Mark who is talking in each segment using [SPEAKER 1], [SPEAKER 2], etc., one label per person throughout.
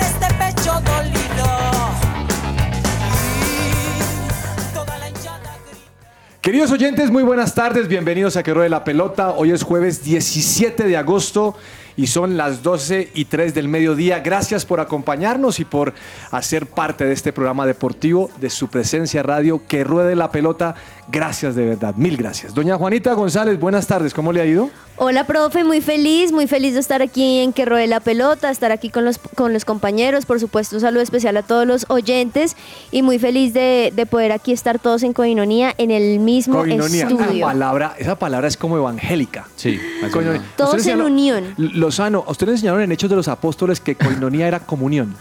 [SPEAKER 1] este pecho dolido. Y toda la hinchada grita.
[SPEAKER 2] Queridos oyentes, muy buenas tardes, bienvenidos a Que Ruede la Pelota. Hoy es jueves 17 de agosto y son las 12 y 3 del mediodía. Gracias por acompañarnos y por hacer parte de este programa deportivo de su presencia radio Que Ruede la Pelota. Gracias de verdad, mil gracias. Doña Juanita González, buenas tardes, ¿cómo le ha ido?
[SPEAKER 3] Hola, profe, muy feliz, muy feliz de estar aquí en Que Rode la Pelota, estar aquí con los, con los compañeros, por supuesto, un saludo especial a todos los oyentes y muy feliz de, de poder aquí estar todos en coinonía en el mismo
[SPEAKER 2] Coinonía, Ah, esa
[SPEAKER 3] estudio.
[SPEAKER 2] palabra, esa palabra es como evangélica.
[SPEAKER 4] Sí, así
[SPEAKER 2] Coinonía.
[SPEAKER 4] no.
[SPEAKER 3] Todos
[SPEAKER 2] Ustedes
[SPEAKER 3] en
[SPEAKER 2] enseñaron-
[SPEAKER 3] unión.
[SPEAKER 2] Lozano, a usted le enseñaron en Hechos de los Apóstoles que coinonía era comunión.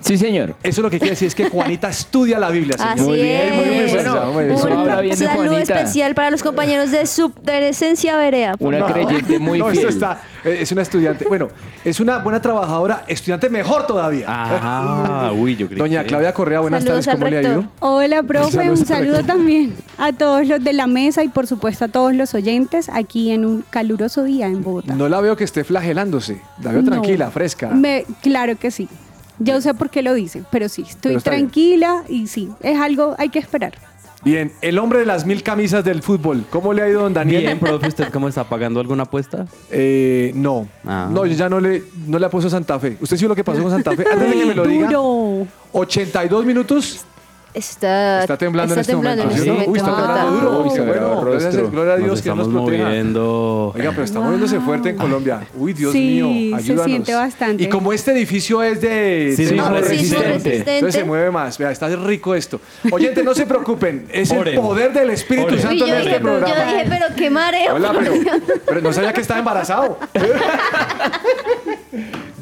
[SPEAKER 5] Sí, señor.
[SPEAKER 2] Eso lo que quiere decir es que Juanita estudia la Biblia. señor.
[SPEAKER 3] Así
[SPEAKER 5] Muy bien, muy bien
[SPEAKER 3] es.
[SPEAKER 2] pues,
[SPEAKER 5] pensado, muy bien. Eso habla
[SPEAKER 3] Un
[SPEAKER 5] bien de
[SPEAKER 3] saludo
[SPEAKER 5] Juanita.
[SPEAKER 3] especial para los compañeros de Subteresencia Berea.
[SPEAKER 5] Una creyente muy
[SPEAKER 2] No,
[SPEAKER 5] fiel.
[SPEAKER 2] esto está. eh, Es una estudiante. Bueno, es una buena trabajadora, estudiante mejor todavía.
[SPEAKER 4] Ah, uy, yo creí
[SPEAKER 2] Doña
[SPEAKER 4] que-
[SPEAKER 2] Claudia Correa, buenas
[SPEAKER 3] Saludos
[SPEAKER 2] tardes. ¿Cómo
[SPEAKER 3] al
[SPEAKER 2] le ha
[SPEAKER 3] rector.
[SPEAKER 2] ido?
[SPEAKER 6] Hola, profe,
[SPEAKER 2] saludo
[SPEAKER 6] un
[SPEAKER 2] para
[SPEAKER 6] saludo
[SPEAKER 2] aquí.
[SPEAKER 6] también a todos los de la mesa y por supuesto a todos los oyentes aquí en un caluroso día en Bogotá.
[SPEAKER 2] No la veo que esté flagelándose. La veo
[SPEAKER 6] No.
[SPEAKER 2] tranquila, fresca.
[SPEAKER 6] Me- claro que sí. Yo sé por qué lo dicen, pero sí, estoy
[SPEAKER 2] Pero está bien.
[SPEAKER 6] tranquila y sí, es algo hay que esperar.
[SPEAKER 2] Bien, el hombre de las mil camisas del fútbol. ¿Cómo le ha ido, don Daniel?
[SPEAKER 4] Bien, profe, ¿usted cómo está? ¿Pagando alguna apuesta?
[SPEAKER 2] Eh, no.
[SPEAKER 4] Ah.
[SPEAKER 2] No, yo ya no le, no le apuesto a Santa Fe. ¿Usted sí lo que pasó con Santa Fe? Antes de que me lo diga.
[SPEAKER 6] Duro.
[SPEAKER 2] 82 minutos.
[SPEAKER 3] Está,
[SPEAKER 2] Está temblando en
[SPEAKER 3] está
[SPEAKER 2] este
[SPEAKER 3] temblando
[SPEAKER 2] momento.
[SPEAKER 3] en este
[SPEAKER 2] ¿sí? Uy,
[SPEAKER 3] momento.
[SPEAKER 2] está
[SPEAKER 3] Bogotá.
[SPEAKER 2] temblando duro.
[SPEAKER 5] Uy, se verá
[SPEAKER 2] Bueno,
[SPEAKER 5] el
[SPEAKER 2] gracias,
[SPEAKER 5] rostro.
[SPEAKER 2] gloria a Dios
[SPEAKER 4] nos
[SPEAKER 2] que
[SPEAKER 4] estamos
[SPEAKER 2] nos proteja.
[SPEAKER 4] moviendo.
[SPEAKER 2] Oiga, pero está moviéndose fuerte en Colombia. Uy, Dios
[SPEAKER 6] Sí,
[SPEAKER 2] mío,
[SPEAKER 6] se
[SPEAKER 2] ayúdanos.
[SPEAKER 6] siente bastante.
[SPEAKER 2] Y como este edificio es de
[SPEAKER 4] Sí,
[SPEAKER 2] sismo
[SPEAKER 4] sí, resistente.
[SPEAKER 3] resistente.
[SPEAKER 2] entonces se mueve más. Vea, está rico esto. Oyente, no se preocupen, es el
[SPEAKER 4] Oren.
[SPEAKER 2] poder del Espíritu
[SPEAKER 4] Oren.
[SPEAKER 3] Uy,
[SPEAKER 2] Santo en
[SPEAKER 3] yo,
[SPEAKER 2] este
[SPEAKER 3] dije, yo
[SPEAKER 2] programa.
[SPEAKER 3] dije, pero qué mareo.
[SPEAKER 2] Hola, pero, pero no sabía que estaba embarazado.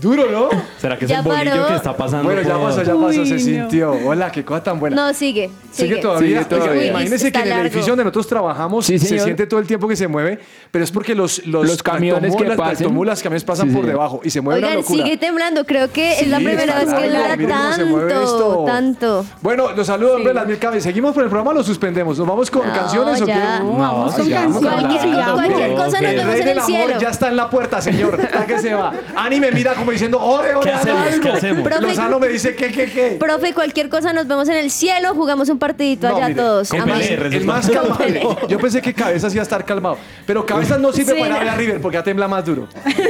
[SPEAKER 2] Duro, ¿no?
[SPEAKER 4] ¿Será que es
[SPEAKER 3] Ya
[SPEAKER 4] el bolillo
[SPEAKER 3] paró.
[SPEAKER 4] que está pasando?
[SPEAKER 2] Bueno, ya
[SPEAKER 4] por-
[SPEAKER 2] pasó, ya pasó,
[SPEAKER 6] Uy,
[SPEAKER 2] se
[SPEAKER 6] no.
[SPEAKER 2] sintió. Hola, qué cosa tan buena.
[SPEAKER 3] No, sigue.
[SPEAKER 2] Sigue todavía.
[SPEAKER 5] Sigue todavía.
[SPEAKER 2] Oiga,
[SPEAKER 5] Uy,
[SPEAKER 2] imagínense
[SPEAKER 3] está
[SPEAKER 2] que en el
[SPEAKER 3] largo.
[SPEAKER 2] edificio donde nosotros trabajamos
[SPEAKER 5] Sí,
[SPEAKER 2] se
[SPEAKER 5] señor.
[SPEAKER 2] siente todo el tiempo que se mueve, pero es porque los, los,
[SPEAKER 5] Los camiones que
[SPEAKER 2] tractomulas-
[SPEAKER 5] pasen.
[SPEAKER 2] tractomulas, camiones pasan
[SPEAKER 5] Sí,
[SPEAKER 2] por
[SPEAKER 5] señor.
[SPEAKER 2] debajo y se mueve una
[SPEAKER 3] Oigan,
[SPEAKER 2] locura.
[SPEAKER 3] sigue temblando. Creo que es la
[SPEAKER 2] Sí,
[SPEAKER 3] primera
[SPEAKER 2] está
[SPEAKER 3] vez que
[SPEAKER 2] largo,
[SPEAKER 3] dura
[SPEAKER 2] miren cómo se mueve
[SPEAKER 3] tanto,
[SPEAKER 2] esto.
[SPEAKER 3] tanto.
[SPEAKER 2] Bueno, los saludo, hombre, las mil cabezas. ¿Seguimos por el programa o lo suspendemos? ¿Nos vamos con
[SPEAKER 3] No,
[SPEAKER 2] canciones o qué?
[SPEAKER 3] ya. No,
[SPEAKER 6] vamos con
[SPEAKER 4] ya,
[SPEAKER 6] canciones.
[SPEAKER 3] Cualquier,
[SPEAKER 4] hablando,
[SPEAKER 6] sigamos.
[SPEAKER 3] cualquier
[SPEAKER 4] pero-
[SPEAKER 3] cosa nos
[SPEAKER 4] pero-
[SPEAKER 2] El
[SPEAKER 3] vemos
[SPEAKER 2] rey
[SPEAKER 3] en
[SPEAKER 2] del
[SPEAKER 3] el
[SPEAKER 2] amor
[SPEAKER 3] cielo.
[SPEAKER 2] ya está en la puerta, señor. ¿A qué se va? Ani me mira como diciendo, ore, ore,
[SPEAKER 4] ¿Qué
[SPEAKER 2] haz
[SPEAKER 4] hacemos?
[SPEAKER 2] algo.
[SPEAKER 4] ¿Qué hacemos?
[SPEAKER 3] Profe-
[SPEAKER 2] Lozano me dice, ¿qué, qué, qué?
[SPEAKER 3] Profe, cualquier cosa nos vemos en el cielo. Jugamos un partidito
[SPEAKER 2] No,
[SPEAKER 3] allá
[SPEAKER 2] mire,
[SPEAKER 3] todos.
[SPEAKER 4] con
[SPEAKER 3] Amén.
[SPEAKER 4] Pelé,
[SPEAKER 2] El
[SPEAKER 4] resulta.
[SPEAKER 2] más calmado. Yo pensé que Cabezas iba a estar calmado. Pero Cabezas no sirve
[SPEAKER 3] Sí.
[SPEAKER 2] para ir a River porque ya tembla más duro.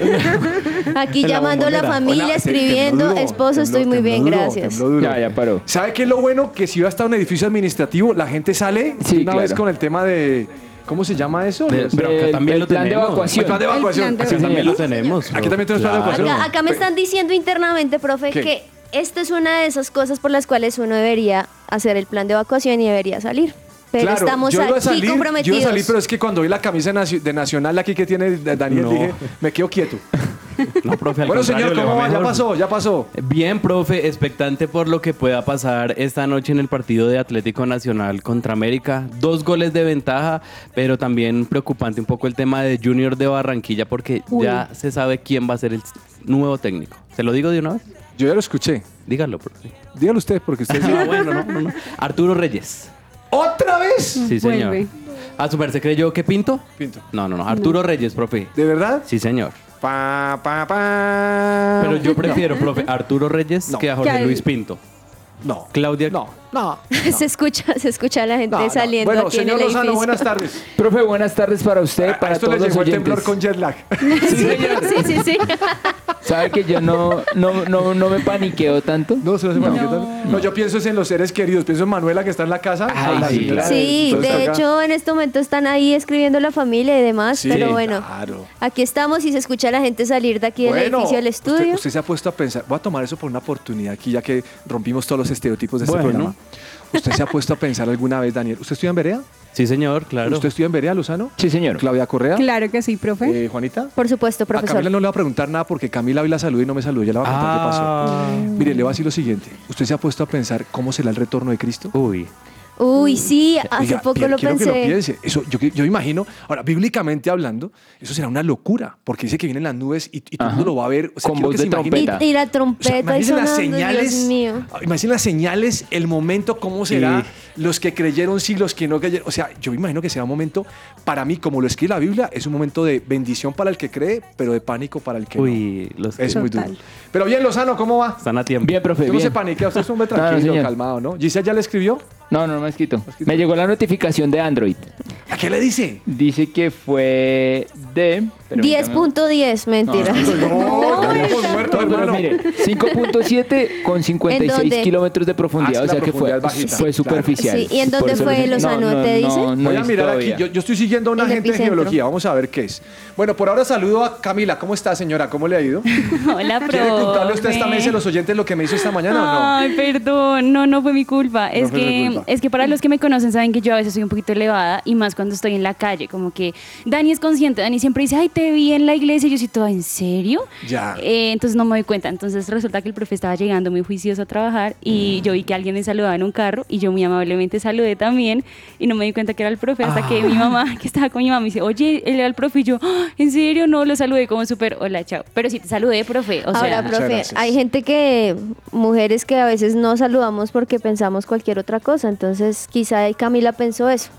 [SPEAKER 3] Aquí
[SPEAKER 4] En la
[SPEAKER 3] llamando a la
[SPEAKER 4] bombonera.
[SPEAKER 3] familia,
[SPEAKER 2] Hola, te-
[SPEAKER 3] escribiendo.
[SPEAKER 2] tembló duro,
[SPEAKER 3] Esposo,
[SPEAKER 2] tembló,
[SPEAKER 3] estoy muy bien,
[SPEAKER 2] tembló duro,
[SPEAKER 3] gracias.
[SPEAKER 2] tembló duro.
[SPEAKER 5] Ya, ya paró.
[SPEAKER 2] ¿Sabe qué es lo bueno? Que si va hasta un edificio administrativo, la gente sale
[SPEAKER 5] Sí,
[SPEAKER 2] una
[SPEAKER 5] claro.
[SPEAKER 2] vez con el tema de. ¿Cómo se llama eso?
[SPEAKER 4] De-
[SPEAKER 2] Los-
[SPEAKER 4] Pero acá
[SPEAKER 5] Del-
[SPEAKER 4] también
[SPEAKER 5] del
[SPEAKER 4] lo
[SPEAKER 5] plan de
[SPEAKER 4] tenemos.
[SPEAKER 2] el
[SPEAKER 5] evacuación.
[SPEAKER 2] plan de evacuación.
[SPEAKER 6] El plan de
[SPEAKER 4] Acá también lo
[SPEAKER 6] evacuación.
[SPEAKER 4] tenemos.
[SPEAKER 2] Aquí también tenemos plan de evacuación.
[SPEAKER 3] Acá, acá me están diciendo internamente, profe,
[SPEAKER 2] ¿Qué?
[SPEAKER 3] que esta es una de esas cosas por las cuales uno debería hacer el plan de evacuación y debería salir. Pero
[SPEAKER 2] Claro,
[SPEAKER 3] estamos
[SPEAKER 2] yo iba a
[SPEAKER 3] aquí
[SPEAKER 2] salir- Yo
[SPEAKER 3] comprometidos.
[SPEAKER 2] iba a salir, pero es que cuando vi la camisa nacio- de Nacional aquí que tiene Daniel,
[SPEAKER 4] No.
[SPEAKER 2] dije, me quedo quieto.
[SPEAKER 4] No, profe, al
[SPEAKER 2] bueno, señor,
[SPEAKER 4] contrario, le
[SPEAKER 2] ¿cómo va? Ya
[SPEAKER 4] mejor.
[SPEAKER 2] pasó, ya pasó.
[SPEAKER 4] Bien, profe, expectante por lo que pueda pasar esta noche en el partido de Atlético Nacional contra América. Dos goles de ventaja, pero también preocupante un poco el tema de Junior de Barranquilla porque
[SPEAKER 6] Uy.
[SPEAKER 4] ya se sabe quién va a ser el nuevo técnico. ¿Se lo digo de una vez?
[SPEAKER 2] Yo ya lo escuché.
[SPEAKER 4] Dígalo, profe.
[SPEAKER 2] Dígalo usted, porque usted...
[SPEAKER 4] Ah, bueno, no, no, no. Arturo Reyes.
[SPEAKER 2] ¿Otra vez?
[SPEAKER 4] Sí, señor.
[SPEAKER 6] Vuelve.
[SPEAKER 4] ¿A su merced creyó que Pinto?
[SPEAKER 2] Pinto.
[SPEAKER 4] No, no, no. Arturo Reyes, profe.
[SPEAKER 2] ¿De verdad?
[SPEAKER 4] Sí, señor.
[SPEAKER 2] Pa, pa, pa.
[SPEAKER 4] Pero yo prefiero, profe, Arturo Reyes
[SPEAKER 2] Ah, No.
[SPEAKER 4] que a
[SPEAKER 6] Que
[SPEAKER 4] Jorge
[SPEAKER 6] al-
[SPEAKER 4] Luis Pinto.
[SPEAKER 2] No.
[SPEAKER 4] Claudia.
[SPEAKER 2] No, no.
[SPEAKER 3] se escucha, se escucha a la gente
[SPEAKER 2] no, no.
[SPEAKER 3] saliendo
[SPEAKER 2] Bueno,
[SPEAKER 3] aquí en
[SPEAKER 2] señor
[SPEAKER 3] el
[SPEAKER 2] Lozano,
[SPEAKER 3] edificio.
[SPEAKER 2] buenas tardes. Eh,
[SPEAKER 5] Profe, buenas tardes para usted,
[SPEAKER 2] A
[SPEAKER 5] para
[SPEAKER 2] esto le
[SPEAKER 5] todos los
[SPEAKER 2] llegó el temblor
[SPEAKER 5] oyentes.
[SPEAKER 2] con jet lag.
[SPEAKER 3] sí, sí, sí, sí.
[SPEAKER 5] Sabe que yo no, no, no, no me paniqueo tanto.
[SPEAKER 2] No, se lo hace cualquier tanto. No, yo pienso es en los seres queridos. Pienso en Manuela que está en la casa.
[SPEAKER 5] Ay,
[SPEAKER 2] La
[SPEAKER 5] sí,
[SPEAKER 2] señora
[SPEAKER 5] claro.
[SPEAKER 3] Sí,
[SPEAKER 2] entonces
[SPEAKER 3] de
[SPEAKER 2] acá.
[SPEAKER 3] hecho en este momento están ahí escribiendo la familia y demás,
[SPEAKER 2] Sí,
[SPEAKER 3] pero bueno,
[SPEAKER 2] claro.
[SPEAKER 3] aquí estamos y se escucha a la gente salir de aquí del
[SPEAKER 2] Bueno,
[SPEAKER 3] edificio del
[SPEAKER 2] usted-
[SPEAKER 3] estudio.
[SPEAKER 2] Usted, se ha puesto a pensar, voy a tomar eso por una oportunidad aquí, ya que rompimos todos los estereotipos de este
[SPEAKER 4] Bueno.
[SPEAKER 2] programa. ¿Usted se ha puesto a pensar alguna vez, Daniel? ¿Usted estudia en Berea?
[SPEAKER 4] Sí, señor, claro.
[SPEAKER 2] ¿Usted estudia en Berea, Lozano?
[SPEAKER 5] Sí, señor.
[SPEAKER 2] ¿Claudia Correa?
[SPEAKER 6] Claro que sí, profe.
[SPEAKER 2] Eh, ¿Juanita?
[SPEAKER 3] Por supuesto,
[SPEAKER 2] A Camila
[SPEAKER 3] profesor.
[SPEAKER 2] no le va a preguntar nada porque Camila hoy la saludó y no me saludó. Ya le va a contar qué pasó.
[SPEAKER 4] Ah.
[SPEAKER 2] Mire, le voy a decir lo siguiente. ¿Usted se ha puesto a pensar cómo será el retorno de Cristo?
[SPEAKER 4] Uy.
[SPEAKER 3] Uy, sí, hace
[SPEAKER 2] Oiga,
[SPEAKER 3] poco
[SPEAKER 2] pi-
[SPEAKER 3] lo
[SPEAKER 2] quiero que
[SPEAKER 3] pensé.
[SPEAKER 2] piense. Eso, yo, yo imagino, ahora, bíblicamente hablando, eso será una locura, porque dice que vienen las nubes y, y todo el
[SPEAKER 5] Ajá.
[SPEAKER 2] mundo lo va a ver. O sea,
[SPEAKER 5] Con
[SPEAKER 2] quiero
[SPEAKER 5] voz
[SPEAKER 2] que
[SPEAKER 5] de
[SPEAKER 2] se imagine-
[SPEAKER 5] trompeta.
[SPEAKER 3] Y, y la
[SPEAKER 2] O sea,
[SPEAKER 3] trompeta y
[SPEAKER 2] imaginen las
[SPEAKER 3] sonando,
[SPEAKER 2] señales,
[SPEAKER 3] Dios mío.
[SPEAKER 2] imaginen las señales, el momento, cómo será, los que creyeron sí, los que no creyeron. O sea, yo imagino que será un momento, para mí, como lo escribe la Biblia, es un momento de bendición para el que cree, pero de pánico para el que
[SPEAKER 4] Uy, los
[SPEAKER 2] no.
[SPEAKER 4] que
[SPEAKER 2] Es muy duro.
[SPEAKER 6] Total.
[SPEAKER 2] Pero bien, Lozano, ¿cómo va?
[SPEAKER 4] están a tiempo.
[SPEAKER 5] Bien, profe.
[SPEAKER 2] Usted no
[SPEAKER 5] bien.
[SPEAKER 2] se paniquea, usted es un hombre
[SPEAKER 5] No, no,
[SPEAKER 2] tranquilo,
[SPEAKER 5] señor.
[SPEAKER 2] calmado, ¿no? Giselle ya le escribió.
[SPEAKER 5] No, no, no me he escrito. Me llegó la notificación de Android.
[SPEAKER 2] ¿A qué le dice?
[SPEAKER 5] Dice que fue de... permítame.
[SPEAKER 3] 10.10, mentiras.
[SPEAKER 2] No, estamos muertos,
[SPEAKER 5] No, pero
[SPEAKER 2] hermano.
[SPEAKER 5] mire, 5.7 con
[SPEAKER 3] ¿En
[SPEAKER 5] 56
[SPEAKER 3] dónde?
[SPEAKER 5] kilómetros de
[SPEAKER 2] Ah,
[SPEAKER 5] profundidad,
[SPEAKER 2] sí,
[SPEAKER 5] o
[SPEAKER 2] la
[SPEAKER 5] sea que fue,
[SPEAKER 2] profundidad bajita.
[SPEAKER 5] fue superficial.
[SPEAKER 3] Sí, ¿y en dónde
[SPEAKER 5] Por eso
[SPEAKER 3] fue
[SPEAKER 5] le-
[SPEAKER 3] Lozano?
[SPEAKER 5] no,
[SPEAKER 3] ¿Te dice?
[SPEAKER 5] No, no,
[SPEAKER 2] Voy a
[SPEAKER 5] es
[SPEAKER 2] mirar aquí.
[SPEAKER 5] todavía.
[SPEAKER 2] Yo, yo estoy siguiendo a una
[SPEAKER 3] El
[SPEAKER 2] gente de
[SPEAKER 3] epicentro.
[SPEAKER 2] geología. Vamos a ver qué es. Bueno, por ahora saludo a Camila. ¿Cómo está, señora? ¿Cómo le ha ido?
[SPEAKER 7] Hola,
[SPEAKER 2] ¿Quiere contarle usted esta
[SPEAKER 7] profe.
[SPEAKER 2] mesa a los oyentes lo que me hizo esta mañana o no?
[SPEAKER 7] Ay, perdón, no, no fue mi culpa. es
[SPEAKER 2] fue su
[SPEAKER 7] que
[SPEAKER 2] culpa.
[SPEAKER 7] es que para los que me conocen saben que yo a veces soy un poquito elevada y más cuando estoy en la calle, como que Dani es consciente, Dani siempre dice, "Ay, te vi en la iglesia." Y yo soy toda, "¿En serio?"
[SPEAKER 2] Ya.
[SPEAKER 7] Eh, entonces no me doy cuenta. Entonces resulta que el profe estaba llegando muy juicioso a trabajar
[SPEAKER 2] Mm.
[SPEAKER 7] y yo vi que alguien le saludaba en un carro y yo muy amablemente saludé también y no me di cuenta que era el profe hasta que
[SPEAKER 2] Ah.
[SPEAKER 7] mi mamá, que estaba con mi mamá, me dice, "Oye, él era el profe." Y yo, "Ah, "¿En serio?" No, lo saludé como súper, "Hola, chao." Pero sí te saludé, profe. O sea,
[SPEAKER 3] Ahora,
[SPEAKER 2] muchas
[SPEAKER 3] profe,
[SPEAKER 2] gracias.
[SPEAKER 3] hay gente que, mujeres que a veces no saludamos porque pensamos cualquier otra cosa, entonces quizá ahí Camila pensó eso.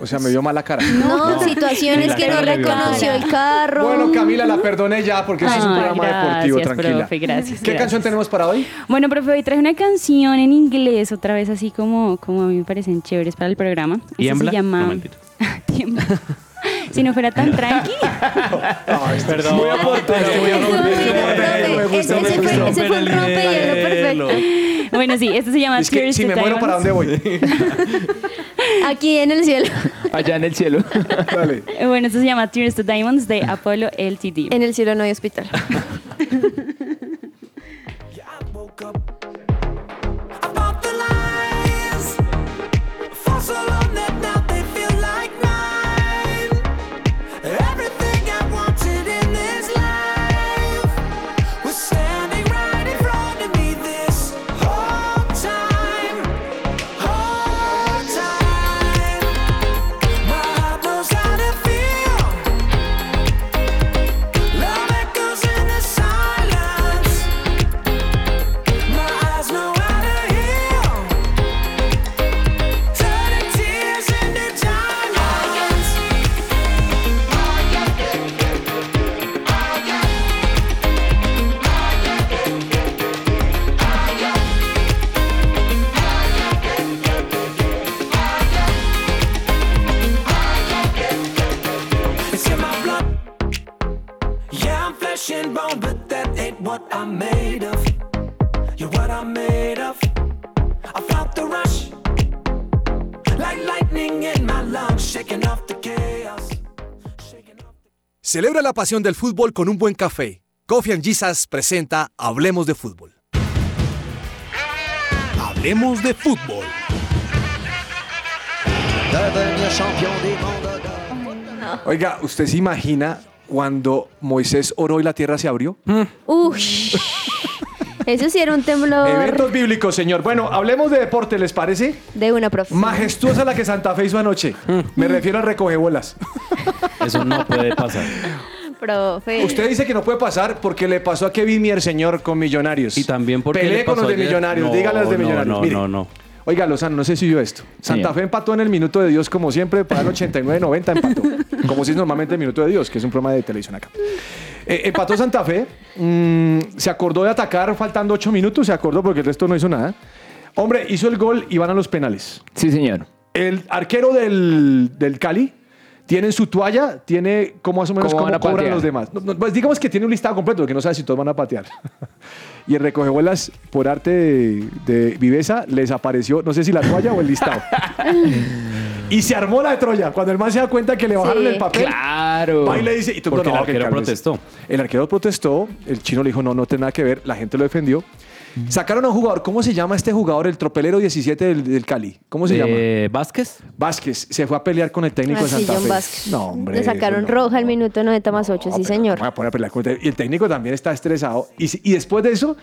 [SPEAKER 2] O sea, me vio mala cara.
[SPEAKER 3] No, situaciones
[SPEAKER 4] La
[SPEAKER 3] que no
[SPEAKER 4] cara le vio.
[SPEAKER 3] reconoció el carro.
[SPEAKER 2] Bueno, Camila, la perdoné ya porque eso es un
[SPEAKER 7] Ay,
[SPEAKER 2] programa deportivo,
[SPEAKER 7] gracias,
[SPEAKER 2] tranquila.
[SPEAKER 7] profe, gracias,
[SPEAKER 2] ¿Qué
[SPEAKER 7] gracias.
[SPEAKER 2] canción tenemos para hoy?
[SPEAKER 7] Bueno, profe, hoy traje una canción en inglés, otra vez así como, como a mí me parecen chéveres para el programa. Esta
[SPEAKER 4] ¿Tiembla?
[SPEAKER 7] se llama...
[SPEAKER 4] No, mentira.
[SPEAKER 7] Tiembla. si no fuera tan tranqui.
[SPEAKER 4] Perdón. Muy
[SPEAKER 3] Eso, mira, profe, ese- ese fue- ese fue el rompe hielo perfecto.
[SPEAKER 7] bueno, sí, esta se llama
[SPEAKER 2] Es que
[SPEAKER 7] Tears
[SPEAKER 2] si
[SPEAKER 7] to
[SPEAKER 2] me muero, ¿para
[SPEAKER 7] Diamonds.
[SPEAKER 2] dónde voy?
[SPEAKER 3] Aquí en el cielo,
[SPEAKER 5] Allá en el cielo.
[SPEAKER 2] Dale.
[SPEAKER 7] Eh, Bueno, esta se llama Tears to Diamonds de Apollo LTD.
[SPEAKER 3] en el cielo no hay hospital.
[SPEAKER 1] I woke up. About the lies. For so long that now they feel like mine. Everything I wanted in this life was standing right in front of me this whole time. Whole time. My heart knows how to feel. Love echoes in the silence. My eyes know how to heal, turning tears into diamonds. It's in my blood. Yeah, I'm flesh and bone, but that ain't what I'm made of. You're what I'm made of. I felt the rush, like lightning in my lungs, shaking off the chaos. Shaking off
[SPEAKER 8] Celebra la pasión del fútbol con un buen café. Coffee and Jesus presenta Hablemos de Fútbol. Hablemos de Fútbol.
[SPEAKER 2] Oiga, ¿usted se imagina cuando Moisés oró y la tierra se abrió?
[SPEAKER 3] Ush. Eso sí era un temblor
[SPEAKER 2] Eventos bíblicos, señor. Bueno, hablemos de deporte, ¿les parece?
[SPEAKER 3] de una profe.
[SPEAKER 2] Majestuosa la que Santa Fe hizo anoche.
[SPEAKER 4] Mm.
[SPEAKER 2] Me refiero a recogebolas.
[SPEAKER 4] Eso no puede pasar.
[SPEAKER 3] Profe.
[SPEAKER 2] Usted dice que no puede pasar porque le pasó a Kevin Mier, señor, con Millonarios.
[SPEAKER 4] Y también porque
[SPEAKER 2] Pelee
[SPEAKER 4] le
[SPEAKER 2] con los
[SPEAKER 4] pasó
[SPEAKER 2] de
[SPEAKER 4] ayer.
[SPEAKER 2] Millonarios,
[SPEAKER 4] No,
[SPEAKER 2] dígale a los de
[SPEAKER 4] no,
[SPEAKER 2] Millonarios.
[SPEAKER 4] no,
[SPEAKER 2] Mire.
[SPEAKER 4] no, no.
[SPEAKER 2] Oiga, Lozano, no sé si vio esto. Santa
[SPEAKER 5] Señor.
[SPEAKER 2] Fe empató en el minuto de Dios, como siempre, para el 89-90 empató. como si es normalmente el minuto de Dios, que es un programa de televisión acá. Eh, empató Santa Fe, mm, se acordó de atacar faltando 8 minutos, se acordó porque el resto no hizo nada. Hombre, hizo el gol y van a los penales.
[SPEAKER 5] Sí, señor.
[SPEAKER 2] El arquero del, del Cali tiene en su toalla, tiene como más o menos
[SPEAKER 5] ¿Cómo
[SPEAKER 2] cómo,
[SPEAKER 5] van a
[SPEAKER 2] cobran
[SPEAKER 5] patear?
[SPEAKER 2] los demás. No, no, pues digamos que tiene un listado completo, que no sabe si todos van a patear. y el recogebuelas, por arte de, de viveza, les apareció, no sé si la toalla o el listado. y se armó la de Troya. Cuando el man se da cuenta que le bajaron
[SPEAKER 3] Sí.
[SPEAKER 2] el papel,
[SPEAKER 5] Claro.
[SPEAKER 2] Va y le dice, y tú,
[SPEAKER 4] Porque el
[SPEAKER 2] que
[SPEAKER 4] arquero
[SPEAKER 2] calmes".
[SPEAKER 4] protestó.
[SPEAKER 2] El arquero protestó, el chino le dijo, no, no tiene nada que ver, la gente lo defendió. Sacaron a un jugador, ¿cómo se llama este jugador? El tropelero 17 del, del Cali. ¿Cómo se llama?
[SPEAKER 4] Eh, ¿Vázquez?
[SPEAKER 2] Vázquez se fue a pelear con el técnico de
[SPEAKER 3] Así,
[SPEAKER 2] Santa
[SPEAKER 3] John
[SPEAKER 2] Fe.
[SPEAKER 3] Vázquez.
[SPEAKER 2] No, hombre.
[SPEAKER 3] Le sacaron
[SPEAKER 2] no,
[SPEAKER 3] roja al
[SPEAKER 2] no.
[SPEAKER 3] minuto 90 más 8,
[SPEAKER 2] No,
[SPEAKER 3] sí,
[SPEAKER 2] pero
[SPEAKER 3] señor.
[SPEAKER 2] no me voy a poner a pelear con el técnico. Y el técnico también está estresado. Y, si- y después de eso,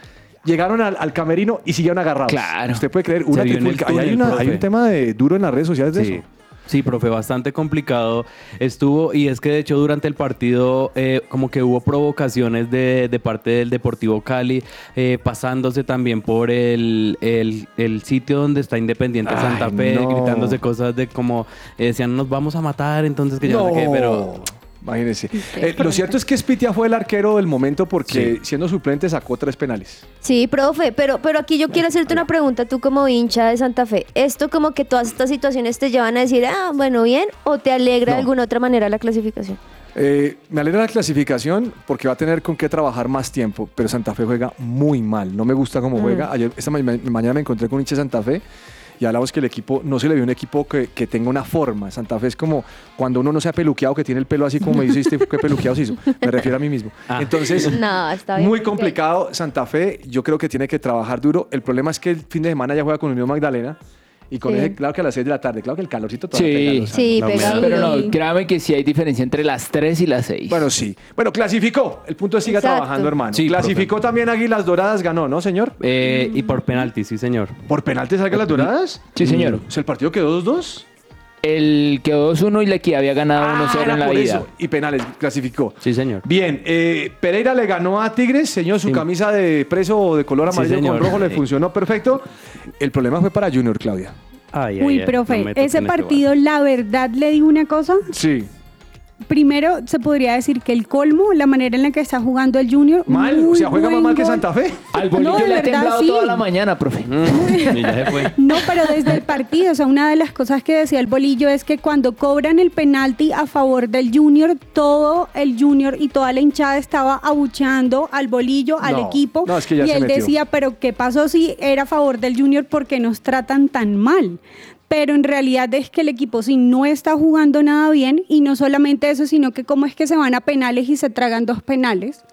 [SPEAKER 2] Llegaron al, al camerino y siguieron agarrados.
[SPEAKER 4] Claro.
[SPEAKER 2] Usted puede creer, una
[SPEAKER 4] Se vio en el
[SPEAKER 2] trifulca. Ahí hay,
[SPEAKER 4] túnel,
[SPEAKER 2] una-
[SPEAKER 4] profe.
[SPEAKER 2] hay un tema de duro en las redes sociales de
[SPEAKER 4] Sí.
[SPEAKER 2] eso.
[SPEAKER 4] Sí, profe, bastante complicado estuvo y es que de hecho durante el partido eh, como que hubo provocaciones de, de parte del Deportivo Cali eh, pasándose también por el, el- el sitio donde está Independiente
[SPEAKER 2] Ay,
[SPEAKER 4] Santa Fe,
[SPEAKER 2] no.
[SPEAKER 4] gritándose cosas de como eh, decían nos vamos a matar, entonces que yo no sé qué, pero
[SPEAKER 2] Imagínense. Eh, lo cierto es que Spitia fue el arquero del momento porque siendo suplente sacó tres penales.
[SPEAKER 3] Sí, profe, pero, pero aquí yo quiero hacerte una pregunta, tú como hincha de Santa Fe. ¿Esto como que todas estas situaciones te llevan a decir, ah, bueno, bien, o te alegra
[SPEAKER 2] No.
[SPEAKER 3] de alguna otra manera la clasificación?
[SPEAKER 2] Eh, me alegra la clasificación porque va a tener con qué trabajar más tiempo, pero Santa Fe juega muy mal. No me gusta cómo
[SPEAKER 3] Mm.
[SPEAKER 2] juega. Ayer, esta ma- ma- mañana me encontré con un hincha de Santa Fe y hablamos que el equipo, no se le vio un equipo que, que tenga una forma. Santa Fe es como cuando uno no se ha peluqueado, que tiene el pelo así como me hiciste, qué peluqueado se hizo. Me refiero a mí mismo.
[SPEAKER 4] Ah.
[SPEAKER 2] Entonces,
[SPEAKER 3] No, está bien.
[SPEAKER 2] muy complicado. Santa Fe, yo creo que tiene que trabajar duro. El problema es que el fin de semana ya juega con Unión Magdalena y con
[SPEAKER 3] Sí.
[SPEAKER 2] ese, claro que a las 6 de la tarde, claro que el calorcito todavía
[SPEAKER 5] Sí.
[SPEAKER 2] pega, o sea,
[SPEAKER 3] Sí,
[SPEAKER 4] La
[SPEAKER 3] pega
[SPEAKER 4] humedad.
[SPEAKER 3] duro.
[SPEAKER 5] Pero no, créame que sí hay diferencia entre las 3 y las 6.
[SPEAKER 2] Bueno, sí. Bueno, clasificó. El punto es siga
[SPEAKER 3] Exacto.
[SPEAKER 2] trabajando, hermano.
[SPEAKER 4] Sí,
[SPEAKER 2] clasificó también Águilas Doradas, ganó, ¿no, señor?
[SPEAKER 4] eh, y por penalti, sí señor.
[SPEAKER 2] ¿Por penaltes Águilas Doradas?
[SPEAKER 5] Sí, señor.
[SPEAKER 2] O sea, el partido quedó 2-2.
[SPEAKER 5] El que 2-1 y la que había ganado 1-0
[SPEAKER 2] Ah, era
[SPEAKER 5] en la
[SPEAKER 2] por
[SPEAKER 5] vida.
[SPEAKER 2] eso. Y penales, clasificó.
[SPEAKER 4] Sí, señor.
[SPEAKER 2] Bien, eh, Pereira le ganó a Tigres, señor, su
[SPEAKER 4] Sí.
[SPEAKER 2] camisa de preso o de color
[SPEAKER 4] Sí,
[SPEAKER 2] amarillo con
[SPEAKER 4] señor.
[SPEAKER 2] rojo le
[SPEAKER 4] Sí.
[SPEAKER 2] funcionó perfecto. El problema fue para Junior, Claudia.
[SPEAKER 4] Ay, ay,
[SPEAKER 6] Uy,
[SPEAKER 4] ay,
[SPEAKER 6] profe,
[SPEAKER 4] no me toquen
[SPEAKER 6] ese
[SPEAKER 4] este
[SPEAKER 6] partido, la verdad, le digo una cosa.
[SPEAKER 2] Sí.
[SPEAKER 6] Primero, se podría decir que el colmo, la manera en la que está jugando el Junior.
[SPEAKER 2] Mal, o
[SPEAKER 6] muy
[SPEAKER 2] sea, juega más
[SPEAKER 6] buen
[SPEAKER 2] mal que
[SPEAKER 6] gol.
[SPEAKER 2] Santa Fe.
[SPEAKER 5] Al bolillo
[SPEAKER 6] No, de
[SPEAKER 5] le ha
[SPEAKER 6] verdad,
[SPEAKER 5] temblado
[SPEAKER 6] sí.
[SPEAKER 5] toda la mañana, profe.
[SPEAKER 2] Mm.
[SPEAKER 4] bar. Y ya se fue.
[SPEAKER 6] No, pero desde el partido, o sea, una de las cosas que decía el bolillo es que cuando cobran el penalti a favor del Junior, todo el Junior y toda la hinchada estaba abucheando al bolillo, al
[SPEAKER 2] No,
[SPEAKER 6] equipo.
[SPEAKER 2] no, es que ya
[SPEAKER 6] y
[SPEAKER 2] se
[SPEAKER 6] él
[SPEAKER 2] metió.
[SPEAKER 6] decía, pero ¿qué pasó si era a favor del Junior porque nos tratan tan mal? Pero en realidad es que el equipo sí no está jugando nada bien y no solamente eso, sino que cómo es que se van a penales y se tragan dos penales.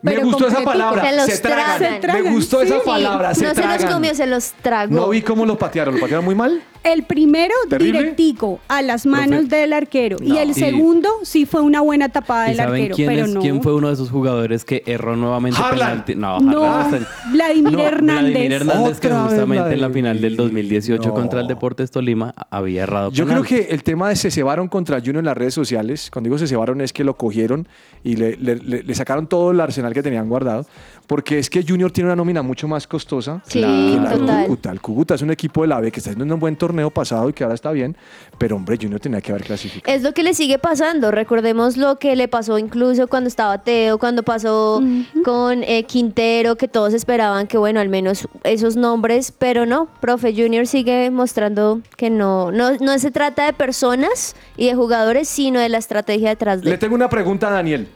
[SPEAKER 2] Me
[SPEAKER 6] Pero
[SPEAKER 2] gustó esa
[SPEAKER 6] completico.
[SPEAKER 2] palabra.
[SPEAKER 3] Se los
[SPEAKER 2] Se tragan.
[SPEAKER 3] tragan.
[SPEAKER 6] Se tragan,
[SPEAKER 2] Me gustó esa
[SPEAKER 6] sí.
[SPEAKER 2] palabra.
[SPEAKER 3] no se los
[SPEAKER 2] tragan.
[SPEAKER 3] comió, se los tragó.
[SPEAKER 2] No vi cómo lo patearon. ¿Lo patearon muy mal?
[SPEAKER 6] El primero
[SPEAKER 2] ¿Terrible?
[SPEAKER 6] directico a las manos
[SPEAKER 4] Profe.
[SPEAKER 6] del arquero y el
[SPEAKER 4] Y-
[SPEAKER 6] segundo sí fue una buena tapada
[SPEAKER 4] ¿Y
[SPEAKER 6] del
[SPEAKER 4] saben
[SPEAKER 6] arquero,
[SPEAKER 4] quién,
[SPEAKER 6] pero
[SPEAKER 4] es-
[SPEAKER 6] no.
[SPEAKER 4] quién fue uno de esos jugadores que erró nuevamente
[SPEAKER 2] Haaland.
[SPEAKER 4] penalti? No,
[SPEAKER 6] No,
[SPEAKER 4] Haaland está-
[SPEAKER 6] Vladimir
[SPEAKER 4] No,
[SPEAKER 6] Hernández.
[SPEAKER 4] Vladimir Hernández que
[SPEAKER 2] Otra vez
[SPEAKER 4] justamente en la
[SPEAKER 2] Vladimir.
[SPEAKER 4] final del 2018
[SPEAKER 2] No.
[SPEAKER 4] contra el Deportes Tolima había errado
[SPEAKER 2] Yo creo
[SPEAKER 4] penal.
[SPEAKER 2] que el tema de se cebaron contra Juno en las redes sociales, cuando digo se cebaron es que lo cogieron y le, le- le- le sacaron todo el arsenal que tenían guardado, porque es que Junior tiene una nómina mucho más costosa que
[SPEAKER 3] Sí,
[SPEAKER 2] la de
[SPEAKER 3] total.
[SPEAKER 2] Cúcuta. El Cúcuta es un equipo de la B que está haciendo un buen torneo pasado y que ahora está bien, pero hombre, Junior tenía que haber clasificado.
[SPEAKER 3] Es lo que le sigue pasando. Recordemos lo que le pasó incluso cuando estaba Teo, cuando pasó con eh, Quintero, que todos esperaban que, bueno, al menos esos nombres, pero no. Profe Junior sigue mostrando que no, no, no se trata de personas y de jugadores, sino de la estrategia detrás
[SPEAKER 2] Le
[SPEAKER 3] de.
[SPEAKER 2] tengo una pregunta a Daniel.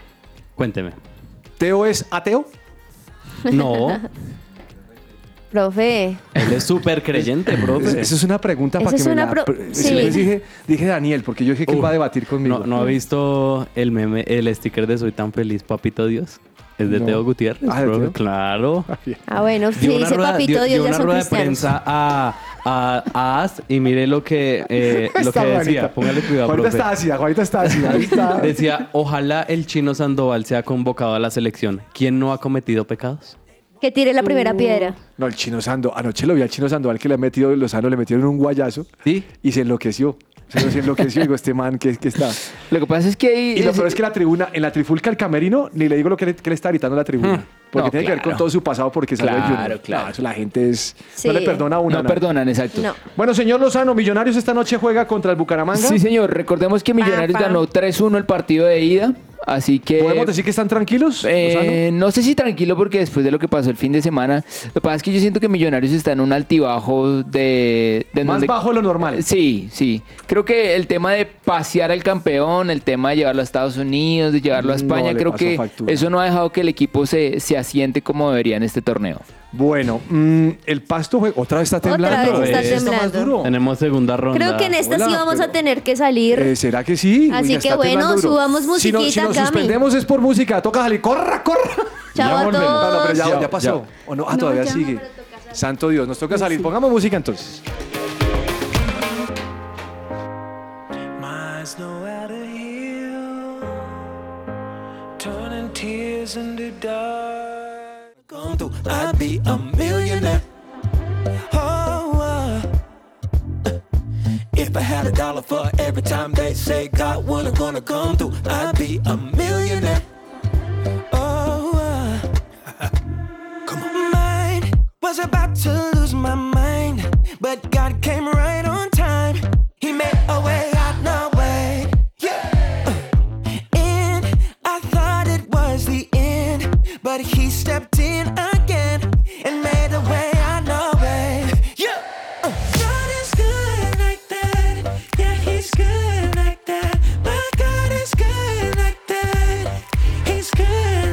[SPEAKER 4] Cuénteme.
[SPEAKER 2] ¿Teo es ateo?
[SPEAKER 4] No,
[SPEAKER 3] Profe,
[SPEAKER 4] él es súper creyente,
[SPEAKER 2] Es-
[SPEAKER 4] profe.
[SPEAKER 2] Esa es una pregunta
[SPEAKER 3] Esa
[SPEAKER 2] para que
[SPEAKER 3] es
[SPEAKER 2] me
[SPEAKER 3] una
[SPEAKER 2] la...
[SPEAKER 3] pro-
[SPEAKER 2] pre-
[SPEAKER 3] sí.
[SPEAKER 2] les dije, dije Daniel, porque yo dije que él
[SPEAKER 4] Uf,
[SPEAKER 2] va a debatir conmigo.
[SPEAKER 4] No, no ha visto el meme, el sticker de Soy tan feliz, papito Dios. Es de
[SPEAKER 2] No.
[SPEAKER 4] Teo Gutiérrez,
[SPEAKER 2] Ah, ¿de
[SPEAKER 4] profe,
[SPEAKER 2] Teo?
[SPEAKER 4] Claro.
[SPEAKER 3] ah, bueno, si
[SPEAKER 4] Dio una
[SPEAKER 3] dice
[SPEAKER 4] rueda-
[SPEAKER 3] papito,
[SPEAKER 4] dio- dio
[SPEAKER 3] Dios ya
[SPEAKER 4] una
[SPEAKER 3] son
[SPEAKER 4] rueda de
[SPEAKER 3] cristianos.
[SPEAKER 4] prensa a, a, a As y mire lo que, eh, lo que
[SPEAKER 2] Está
[SPEAKER 4] decía.
[SPEAKER 2] bonita.
[SPEAKER 4] Póngale cuidado,
[SPEAKER 2] Juanita
[SPEAKER 4] profe.
[SPEAKER 2] está ácida, Juanita está ácida. ahí está.
[SPEAKER 4] Decía, ojalá el chino Sandoval sea convocado a la selección. ¿Quién no ha cometido pecados?
[SPEAKER 3] Que tire la
[SPEAKER 4] Uh,
[SPEAKER 3] primera piedra.
[SPEAKER 2] No, el chino Sandoval. Anoche lo vi al chino Sandoval que le ha metido, Lozano le metieron un guayazo
[SPEAKER 4] Sí.
[SPEAKER 2] y se enloqueció. Se, se enloqueció y digo, este man que, que está.
[SPEAKER 5] Lo que pasa es que ahí.
[SPEAKER 2] Y lo
[SPEAKER 5] es-
[SPEAKER 2] peor es que la tribuna, en la trifulca al camerino, ni le digo lo que le, que le está gritando a la tribuna. Porque
[SPEAKER 5] Hmm. No,
[SPEAKER 2] tiene que ver con
[SPEAKER 5] claro.
[SPEAKER 2] todo su pasado porque salió de
[SPEAKER 5] Claro,
[SPEAKER 2] Junior.
[SPEAKER 5] claro.
[SPEAKER 2] No, eso la gente es. No
[SPEAKER 3] Sí.
[SPEAKER 2] le perdona a una.
[SPEAKER 5] No
[SPEAKER 2] nada.
[SPEAKER 5] perdonan, exacto.
[SPEAKER 3] No.
[SPEAKER 2] Bueno, señor Lozano, Millonarios esta noche juega contra el Bucaramanga.
[SPEAKER 5] Sí, señor. Recordemos
[SPEAKER 6] Ah,
[SPEAKER 5] que Millonarios
[SPEAKER 3] Pa, pa.
[SPEAKER 5] ganó 3-1 el partido de ida. Así que.
[SPEAKER 2] ¿Podemos decir que están tranquilos?
[SPEAKER 5] Eh, no sé si tranquilo porque después de lo que pasó el fin de semana, lo que pasa es que yo siento que Millonarios está en un altibajo de... de
[SPEAKER 2] Más
[SPEAKER 5] donde-
[SPEAKER 2] bajo de lo normal.
[SPEAKER 5] Sí, sí. Creo que el tema de pasear al campeón, el tema de llevarlo a Estados Unidos, de llevarlo a
[SPEAKER 2] No
[SPEAKER 5] España,
[SPEAKER 2] le
[SPEAKER 5] creo
[SPEAKER 2] pasó
[SPEAKER 5] que
[SPEAKER 2] factura.
[SPEAKER 5] eso no ha dejado que el equipo se, se asiente como debería en este torneo.
[SPEAKER 2] Bueno, mm, el pasto juega. Otra vez está
[SPEAKER 3] Otra
[SPEAKER 2] temblando.
[SPEAKER 3] vez está
[SPEAKER 2] Esto más
[SPEAKER 3] temblando.
[SPEAKER 2] duro.
[SPEAKER 4] Tenemos segunda ronda.
[SPEAKER 3] Creo que en esta
[SPEAKER 2] Hola,
[SPEAKER 3] sí vamos
[SPEAKER 2] pero-
[SPEAKER 3] a tener que salir.
[SPEAKER 2] Eh, ¿Será que sí?
[SPEAKER 3] Así que
[SPEAKER 2] está
[SPEAKER 3] bueno,
[SPEAKER 2] temblando duro.
[SPEAKER 3] subamos
[SPEAKER 2] Si no- Si
[SPEAKER 3] musiquita,
[SPEAKER 2] nos
[SPEAKER 3] Cami.
[SPEAKER 2] suspendemos es por música. Toca salir. ¡Corra, corra!
[SPEAKER 3] Chao a
[SPEAKER 4] volvemos.
[SPEAKER 3] todos.
[SPEAKER 2] No, no, pero ya,
[SPEAKER 4] Ya,
[SPEAKER 2] ya pasó. ¿O no? Ah, todavía
[SPEAKER 6] ya.
[SPEAKER 2] sigue. Santo Dios, nos toca salir. Pongamos música entonces.
[SPEAKER 1] My eyes know how to heal, turning tears into dark. Gone through
[SPEAKER 9] I'd be a millionaire. Oh, uh, if I had a dollar for every time they say God wasn't gonna come through, I'd be a millionaire. Oh, uh, come on. Mine was about to lose my mind, but God came right on time. He made a way out no way. Yeah. And I thought it was the end, but he stepped in again and made a way out no way. Yeah. Uh. God is good like that. Yeah, he's good like that. My God is good like that. He's good.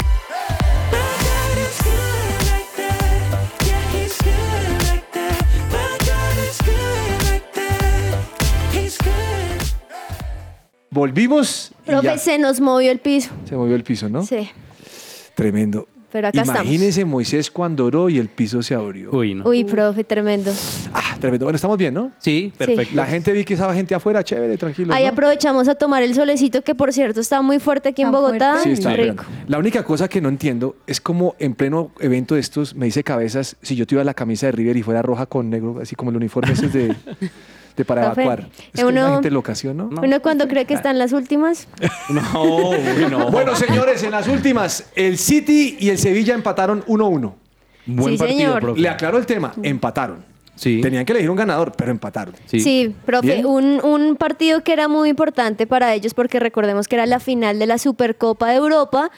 [SPEAKER 9] My God is good like that. Yeah, he's good like that. My God is good like that. He's good.
[SPEAKER 2] Volvimos y ya
[SPEAKER 3] Profe, se nos movió el piso.
[SPEAKER 2] se movió el piso, ¿no?
[SPEAKER 3] Sí.
[SPEAKER 2] Tremendo.
[SPEAKER 3] Pero acá estamos.
[SPEAKER 2] Imagínense Moisés cuando oró y el piso se abrió.
[SPEAKER 4] Uy, no.
[SPEAKER 3] Uy, profe, tremendo.
[SPEAKER 2] Ah, tremendo. Bueno, estamos bien, ¿no?
[SPEAKER 4] Sí, perfecto.
[SPEAKER 2] La gente vi que estaba gente afuera, chévere, tranquilo.
[SPEAKER 3] Ahí
[SPEAKER 2] ¿no?
[SPEAKER 3] aprovechamos a tomar el solecito que por cierto está muy fuerte aquí en
[SPEAKER 6] Está
[SPEAKER 3] Bogotá.
[SPEAKER 6] fuerte.
[SPEAKER 2] Sí, está
[SPEAKER 3] rico.
[SPEAKER 2] bien. La única cosa que no entiendo es como en pleno evento de estos me dice cabezas si yo tuviera la camisa de River y fuera roja con negro, así como el uniforme ese de, de para
[SPEAKER 3] Profe,
[SPEAKER 2] evacuar. Es
[SPEAKER 3] eh,
[SPEAKER 2] que es una
[SPEAKER 3] uno-
[SPEAKER 2] gente loca, ¿sí o no?
[SPEAKER 3] Uno cuando cree que están las últimas.
[SPEAKER 4] No, uy, no.
[SPEAKER 2] Bueno, señores, en las últimas, el City y el Sevilla empataron 1-1.
[SPEAKER 4] Buen
[SPEAKER 3] Sí,
[SPEAKER 4] partido,
[SPEAKER 3] señor.
[SPEAKER 4] profe.
[SPEAKER 2] Le aclaro el tema, empataron.
[SPEAKER 4] Sí.
[SPEAKER 2] Tenían que elegir un ganador, pero empataron.
[SPEAKER 3] Sí, profe,
[SPEAKER 2] Bien.
[SPEAKER 3] un, un partido que era muy importante para ellos porque recordemos que era la final de la Supercopa de Europa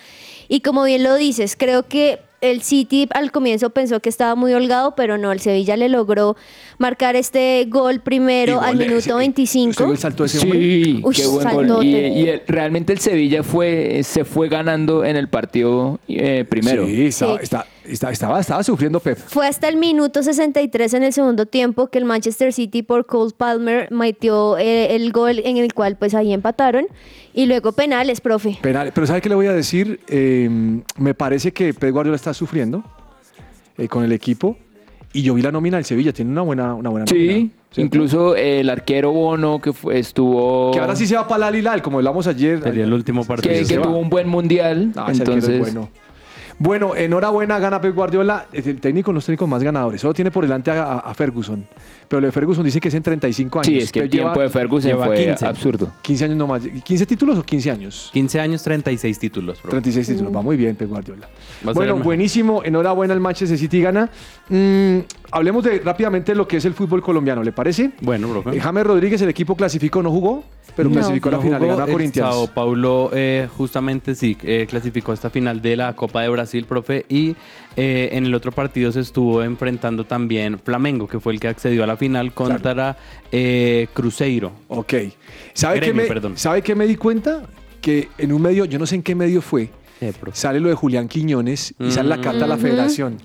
[SPEAKER 3] y como bien lo dices, creo que el City al comienzo pensó que estaba muy holgado, pero no, el Sevilla le logró marcar este gol primero
[SPEAKER 2] Y
[SPEAKER 3] al
[SPEAKER 2] gol-
[SPEAKER 3] minuto
[SPEAKER 2] ¿Usted
[SPEAKER 3] 25.
[SPEAKER 2] vio el salto de ese hombre?
[SPEAKER 5] Sí,
[SPEAKER 3] Uy,
[SPEAKER 5] Pues qué buen gol.
[SPEAKER 3] saltote.
[SPEAKER 5] Y, y el- realmente el Sevilla fue, se fue ganando en el partido eh, primero.
[SPEAKER 2] Sí, estaba,
[SPEAKER 3] Sí.
[SPEAKER 2] está- está- estaba, estaba sufriendo Pep.
[SPEAKER 3] Fue hasta el minuto 63 en el segundo tiempo que el Manchester City por Cole Palmer metió eh, el gol en el cual pues ahí empataron y luego penales, profe.
[SPEAKER 2] Penal. Pero ¿sabe qué le voy a decir? Eh, me parece que Pep Guardiola está sufriendo eh, con el equipo. Y yo vi la nómina del Sevilla, tiene una buena, una buena nómina.
[SPEAKER 5] Sí,
[SPEAKER 2] ¿cierto?
[SPEAKER 5] incluso eh, el arquero Bono que fue- estuvo...
[SPEAKER 2] Que ahora sí se va para la Lilal, como hablamos ayer.
[SPEAKER 4] Sería el último partido.
[SPEAKER 5] que,
[SPEAKER 2] Sí,
[SPEAKER 5] que
[SPEAKER 2] se va.
[SPEAKER 5] tuvo un buen mundial.
[SPEAKER 2] Ah, ese arquero es
[SPEAKER 5] entonces,
[SPEAKER 2] bueno. Bueno, enhorabuena, gana Pep Guardiola. Es el técnico, los técnicos más ganadores. Solo tiene por delante a, a- a Ferguson. Pero lo de Ferguson dice que es en 35 años.
[SPEAKER 5] sí, es que el
[SPEAKER 2] Pep lleva
[SPEAKER 5] tiempo de Ferguson
[SPEAKER 4] lleva
[SPEAKER 5] fue
[SPEAKER 4] 15.
[SPEAKER 5] absurdo.
[SPEAKER 2] 15 años nomás. ¿15 títulos o 15 años?
[SPEAKER 4] 15 años, 36 títulos, profe.
[SPEAKER 2] 36 títulos.
[SPEAKER 3] Mm.
[SPEAKER 2] Va muy bien, Pep Guardiola.
[SPEAKER 4] Va a ser
[SPEAKER 2] Bueno,
[SPEAKER 4] el-
[SPEAKER 2] buenísimo. Enhorabuena al Manchester City gana. Mm, hablemos de, rápidamente de lo que es el fútbol colombiano, ¿le parece?
[SPEAKER 4] Bueno, profe.
[SPEAKER 2] Eh, James Rodríguez, el equipo clasificó, no jugó, pero
[SPEAKER 3] No.
[SPEAKER 2] clasificó a la
[SPEAKER 4] Lo
[SPEAKER 2] final, le
[SPEAKER 4] jugó
[SPEAKER 2] ganó a
[SPEAKER 4] el
[SPEAKER 2] Corinthians.
[SPEAKER 4] Sao Paulo eh, justamente sí eh, clasificó a esta final de la Copa de Brasil, profe, y eh, en el otro partido se estuvo enfrentando también Flamengo, que fue el que accedió a la final contra eh, Cruzeiro.
[SPEAKER 2] Ok. ¿Sabe,
[SPEAKER 4] Gremio,
[SPEAKER 2] qué me,
[SPEAKER 4] perdón.
[SPEAKER 2] ¿Sabe qué me di cuenta? Que en un medio, yo no sé en qué medio fue,
[SPEAKER 4] Eh, profe.
[SPEAKER 2] sale lo de Julián Quiñones y sale la carta a la
[SPEAKER 3] Mm.
[SPEAKER 2] federación.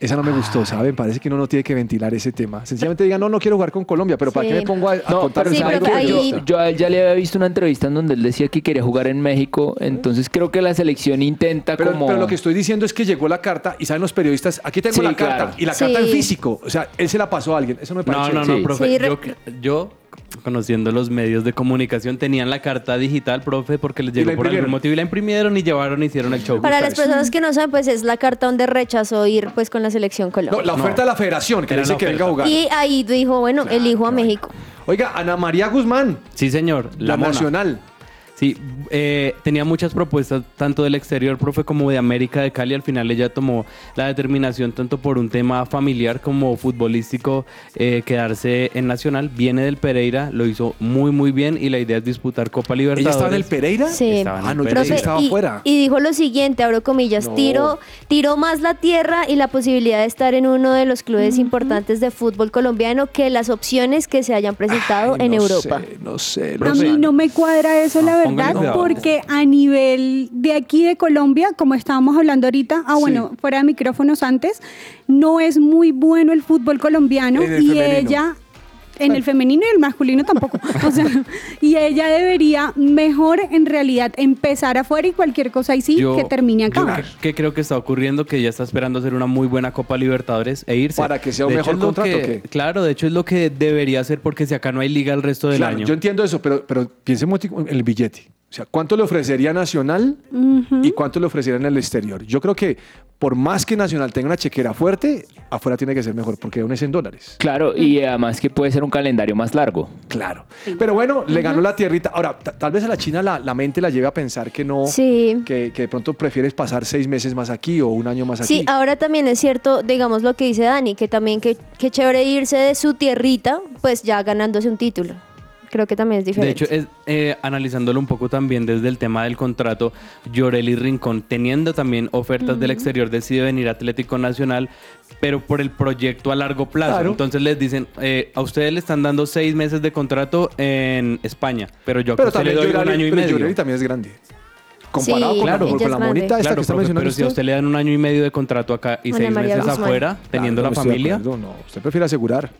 [SPEAKER 2] Esa no
[SPEAKER 4] Ah.
[SPEAKER 2] me gustó, ¿saben? Parece que uno no tiene que ventilar ese tema. Sencillamente digan, no, no quiero jugar con Colombia, pero ¿para
[SPEAKER 3] Sí.
[SPEAKER 2] qué me pongo a, a
[SPEAKER 5] No,
[SPEAKER 2] contar
[SPEAKER 5] pero
[SPEAKER 2] el
[SPEAKER 3] sí,
[SPEAKER 5] ¿sabe
[SPEAKER 3] pero
[SPEAKER 5] qué?
[SPEAKER 3] ahí-
[SPEAKER 5] yo, yo a él ya le había visto una entrevista en donde él decía que quería jugar en México, entonces creo que la selección intenta
[SPEAKER 2] Pero,
[SPEAKER 5] como...
[SPEAKER 2] pero lo que estoy diciendo es que llegó la carta y saben los periodistas, aquí tengo
[SPEAKER 5] Sí,
[SPEAKER 2] la carta
[SPEAKER 5] claro.
[SPEAKER 2] y la
[SPEAKER 3] Sí.
[SPEAKER 2] carta en físico. O sea, él se la pasó a alguien. Eso no me
[SPEAKER 4] No,
[SPEAKER 2] parece.
[SPEAKER 4] no,
[SPEAKER 5] Sí.
[SPEAKER 4] no, profe.
[SPEAKER 3] Sí,
[SPEAKER 4] yo,
[SPEAKER 3] re-
[SPEAKER 4] yo, conociendo los medios de comunicación, tenían la carta digital, profe, porque les llegó
[SPEAKER 2] la
[SPEAKER 4] por
[SPEAKER 2] imprimieron.
[SPEAKER 4] algún motivo y la imprimieron y llevaron, hicieron el show.
[SPEAKER 3] Para las personas que no saben, pues es la carta donde rechazó ir pues con la selección
[SPEAKER 2] No,
[SPEAKER 3] Colombia.
[SPEAKER 2] la oferta de la federación, que
[SPEAKER 4] Era
[SPEAKER 2] le dice
[SPEAKER 4] la
[SPEAKER 2] que venga a jugar.
[SPEAKER 4] oferta.
[SPEAKER 3] y ahí dijo, bueno, elijo a México.
[SPEAKER 2] Oiga, Ana María Guzmán,
[SPEAKER 4] Sí, señor.
[SPEAKER 2] la,
[SPEAKER 4] La, mona.
[SPEAKER 2] nacional.
[SPEAKER 4] Sí, eh, tenía muchas propuestas tanto del exterior, profe, como de América de Cali. Al final ella tomó la determinación tanto por un tema familiar como futbolístico eh, quedarse en Nacional. Viene del Pereira, lo hizo muy muy bien y la idea es disputar Copa
[SPEAKER 2] ¿Ella
[SPEAKER 4] Libertadores.
[SPEAKER 2] estaba en el Pereira?
[SPEAKER 3] Sí.
[SPEAKER 4] Estaba en
[SPEAKER 2] Ah,
[SPEAKER 4] el
[SPEAKER 2] no, yo
[SPEAKER 4] Pereira.
[SPEAKER 2] sí estaba
[SPEAKER 3] y,
[SPEAKER 2] fuera.
[SPEAKER 3] y dijo lo siguiente, abro comillas,
[SPEAKER 2] No.
[SPEAKER 3] tiró, tiró más la tierra y la posibilidad de estar en uno de los clubes importantes de fútbol colombiano que las opciones que se hayan presentado
[SPEAKER 2] Ay,
[SPEAKER 3] en
[SPEAKER 2] no
[SPEAKER 3] Europa.
[SPEAKER 2] sé, no sé.
[SPEAKER 6] A
[SPEAKER 2] profe.
[SPEAKER 6] mí no me cuadra eso, la
[SPEAKER 4] póngale
[SPEAKER 6] verdad,
[SPEAKER 4] cuidado.
[SPEAKER 6] porque a nivel de aquí de Colombia, como estábamos hablando ahorita, ah, bueno,
[SPEAKER 2] Sí.
[SPEAKER 6] fuera de micrófonos antes, no es muy bueno el fútbol colombiano
[SPEAKER 2] En el
[SPEAKER 6] y
[SPEAKER 2] femenino.
[SPEAKER 6] ella, en el femenino y el masculino tampoco, o sea, y ella debería mejor en realidad empezar afuera y cualquier cosa ahí sí
[SPEAKER 4] Yo-
[SPEAKER 6] que termine acá.
[SPEAKER 4] yo que, que creo que está ocurriendo que ella está esperando hacer una muy buena Copa Libertadores e irse.
[SPEAKER 2] Para que sea un
[SPEAKER 4] De hecho,
[SPEAKER 2] mejor
[SPEAKER 4] es lo
[SPEAKER 2] contrato,
[SPEAKER 4] que-
[SPEAKER 2] ¿o qué?
[SPEAKER 4] Claro, de hecho es lo que debería hacer porque si acá no hay liga el resto del
[SPEAKER 2] Claro,
[SPEAKER 4] año.
[SPEAKER 2] Yo entiendo eso, pero, pero piense un momentico en el billete. O sea, ¿cuánto le ofrecería Nacional y cuánto le ofrecería en el exterior? Yo creo que por más que Nacional tenga una chequera fuerte, afuera tiene que ser mejor, porque aún es en dólares.
[SPEAKER 5] Claro, y además que puede ser un calendario más largo.
[SPEAKER 2] Claro. Pero bueno, le ganó la tierrita. Ahora, ta- tal vez a la China la, la mente la lleve a pensar que no,
[SPEAKER 3] Sí.
[SPEAKER 2] que, que de pronto prefieres pasar seis meses más aquí o un año más aquí.
[SPEAKER 3] Sí, ah, ahora también es cierto, digamos lo que dice Dani, que también que, que chévere irse de su tierrita, pues ya ganándose un título. Creo que también es
[SPEAKER 4] De
[SPEAKER 3] diferente.
[SPEAKER 4] hecho, es, eh, analizándolo un poco también desde el tema del contrato, Llorelli Rincón, teniendo también ofertas del exterior, decide venir a Atlético Nacional, pero por el proyecto a largo plazo.
[SPEAKER 2] Claro.
[SPEAKER 4] Entonces les dicen, eh, a ustedes le están dando seis meses de contrato en España, pero yo a
[SPEAKER 2] pero
[SPEAKER 4] usted le
[SPEAKER 2] también
[SPEAKER 4] doy un
[SPEAKER 2] Llorelli-
[SPEAKER 4] año y
[SPEAKER 2] pero
[SPEAKER 4] medio.
[SPEAKER 2] Llorelli también es grande. Comparado
[SPEAKER 3] Sí,
[SPEAKER 2] con,
[SPEAKER 3] claro.
[SPEAKER 2] con- con la
[SPEAKER 3] Just Mande.
[SPEAKER 2] monita esta
[SPEAKER 4] Claro,
[SPEAKER 2] que está
[SPEAKER 4] profe,
[SPEAKER 2] mencionando
[SPEAKER 4] pero si a usted le dan un año y medio de contrato acá y
[SPEAKER 3] Ana
[SPEAKER 4] seis
[SPEAKER 3] María
[SPEAKER 4] meses
[SPEAKER 3] Guzmán.
[SPEAKER 4] afuera,
[SPEAKER 2] Claro,
[SPEAKER 4] teniendo la
[SPEAKER 2] no estoy de
[SPEAKER 4] familia,
[SPEAKER 2] acuerdo, no, usted prefiere asegurar.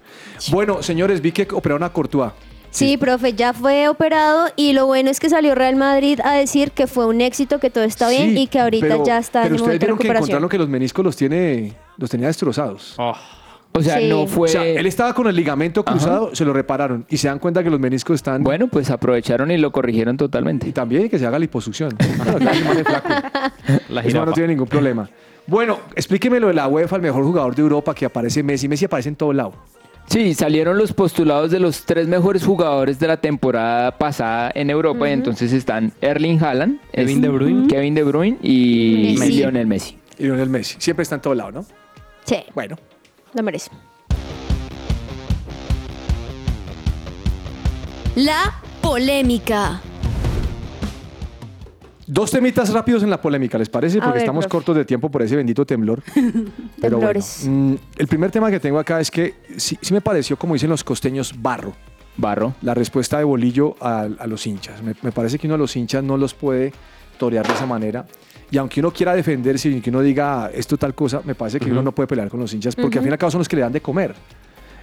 [SPEAKER 2] Bueno, señores, vi que operaron a Courtois.
[SPEAKER 3] Sí, profe, ya fue operado y lo bueno es que salió Real Madrid a decir que fue un éxito, que todo está bien
[SPEAKER 2] Sí,
[SPEAKER 3] y que ahorita
[SPEAKER 2] pero-
[SPEAKER 3] ya está
[SPEAKER 2] Pero
[SPEAKER 3] en
[SPEAKER 2] ustedes
[SPEAKER 3] momento
[SPEAKER 2] vieron
[SPEAKER 3] de
[SPEAKER 2] que encontraron
[SPEAKER 3] recuperación.
[SPEAKER 2] que los meniscos los tiene, los tenía destrozados.
[SPEAKER 5] O sea,
[SPEAKER 3] Sí.
[SPEAKER 5] no
[SPEAKER 4] Pues
[SPEAKER 5] fue...
[SPEAKER 2] o sea, él estaba con el ligamento cruzado, se lo repararon y se dan cuenta que los meniscos están.
[SPEAKER 5] Bueno, pues aprovecharon y lo corrigieron
[SPEAKER 2] Y
[SPEAKER 5] totalmente.
[SPEAKER 2] también que se haga liposucción. Claro, que ese man es flaco. Ese
[SPEAKER 4] la
[SPEAKER 2] man
[SPEAKER 4] jirafa.
[SPEAKER 2] no tiene ningún problema. Bueno, explíqueme lo de la UEFA, el mejor jugador de Europa que aparece Messi. Messi aparece en todo lado.
[SPEAKER 5] Sí, salieron los postulados de los tres mejores jugadores de la temporada pasada en Europa y entonces están Erling Haaland,
[SPEAKER 4] Kevin
[SPEAKER 5] es-
[SPEAKER 4] De Bruyne.
[SPEAKER 5] Kevin De Bruyne y
[SPEAKER 3] Messi.
[SPEAKER 5] Lionel Messi.
[SPEAKER 2] Y Lionel Messi. Siempre está en todo lado, ¿no?
[SPEAKER 3] Sí,
[SPEAKER 2] Bueno.
[SPEAKER 3] lo merece. La polémica.
[SPEAKER 2] Dos temitas rápidos en la polémica, ¿les parece?
[SPEAKER 3] A
[SPEAKER 2] Porque
[SPEAKER 3] ver,
[SPEAKER 2] estamos
[SPEAKER 3] profe.
[SPEAKER 2] cortos de tiempo por ese bendito temblor. Pero bueno,
[SPEAKER 3] Temblores.
[SPEAKER 2] mm, el primer tema que tengo acá es que sí, sí me pareció, como dicen los costeños, barro.
[SPEAKER 5] Barro.
[SPEAKER 2] La respuesta de Bolillo a, a los hinchas. Me, me parece que uno a los hinchas no los puede torear de esa manera. Y aunque uno quiera defenderse y aunque uno diga "Ah, esto tal cosa, me parece que uno no puede pelear con los hinchas porque al fin y al cabo son los que le dan de comer.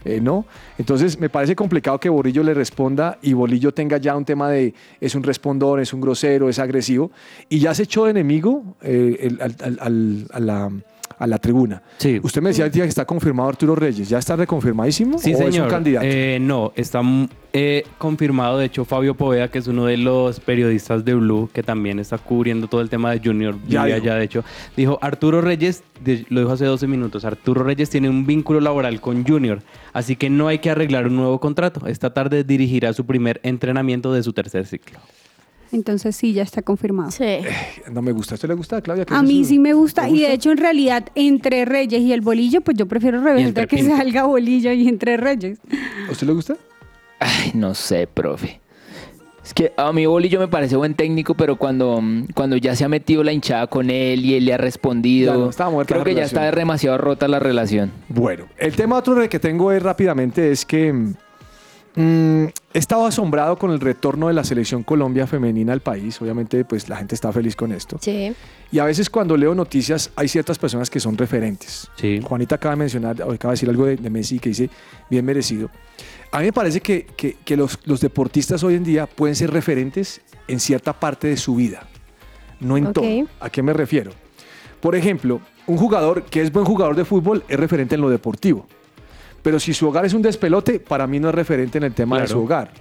[SPEAKER 2] eh, ¿No? Entonces me parece complicado que Bolillo le responda y Bolillo tenga ya un tema de es un respondón, es un grosero, es agresivo. Y ya se echó de enemigo eh, el- al- al- al- a, la, a la tribuna.
[SPEAKER 4] Sí.
[SPEAKER 2] Usted me decía el día que está confirmado Arturo Reyes. ¿Ya está reconfirmadísimo?
[SPEAKER 4] Sí,
[SPEAKER 2] ¿O
[SPEAKER 4] señor.
[SPEAKER 2] es un candidato?
[SPEAKER 4] Eh, no, está mm, eh, confirmado. De hecho, Fabio Poveda, que es uno de los periodistas de Blue, que también está cubriendo todo el tema de Junior,
[SPEAKER 2] Ya
[SPEAKER 4] ya,
[SPEAKER 2] dijo.
[SPEAKER 4] de hecho, dijo, Arturo Reyes, de- lo dijo hace 12 minutos, Arturo Reyes tiene un vínculo laboral con Junior, así que no hay que arreglar un nuevo contrato. Esta tarde dirigirá su primer entrenamiento de su tercer ciclo.
[SPEAKER 6] Entonces sí, ya está confirmado.
[SPEAKER 3] Sí.
[SPEAKER 2] No me gusta. ¿A usted le gusta, Claudia? ¿Qué
[SPEAKER 6] A
[SPEAKER 2] es
[SPEAKER 6] mí
[SPEAKER 2] eso?
[SPEAKER 6] sí me gusta,
[SPEAKER 2] ¿Te
[SPEAKER 6] y de hecho en realidad entre Reyes y el bolillo, pues yo prefiero al revés,
[SPEAKER 4] entre
[SPEAKER 6] de que
[SPEAKER 4] Pinto.
[SPEAKER 6] salga bolillo y entre Reyes.
[SPEAKER 2] ¿A usted le gusta?
[SPEAKER 5] Ay, no sé, profe. Es que a mí Bolillo me parece buen técnico, pero cuando, mm, cuando ya se ha metido la hinchada con él y él le ha respondido,
[SPEAKER 2] Ya no, estaba muerta
[SPEAKER 5] creo
[SPEAKER 2] la
[SPEAKER 5] que ya
[SPEAKER 2] relación.
[SPEAKER 5] está demasiado rota la relación.
[SPEAKER 2] Bueno, el tema otro de que tengo es rápidamente es que mm, mm, he estado asombrado con el retorno de la selección Colombia femenina al país. Obviamente, pues la gente está feliz con esto.
[SPEAKER 3] Sí.
[SPEAKER 2] Y a veces cuando leo noticias hay ciertas personas que son referentes.
[SPEAKER 4] Sí.
[SPEAKER 2] Juanita acaba de mencionar, o acaba de decir algo de, de Messi que dice bien merecido. A mí me parece que, que- que los, los deportistas hoy en día pueden ser referentes en cierta parte de su vida, no en
[SPEAKER 3] Ok.
[SPEAKER 2] todo. ¿A qué me refiero? Por ejemplo, un jugador que es buen jugador de fútbol es referente en lo deportivo. Pero si su hogar es un despelote, para mí no es referente en el tema de
[SPEAKER 4] Claro.
[SPEAKER 2] su hogar.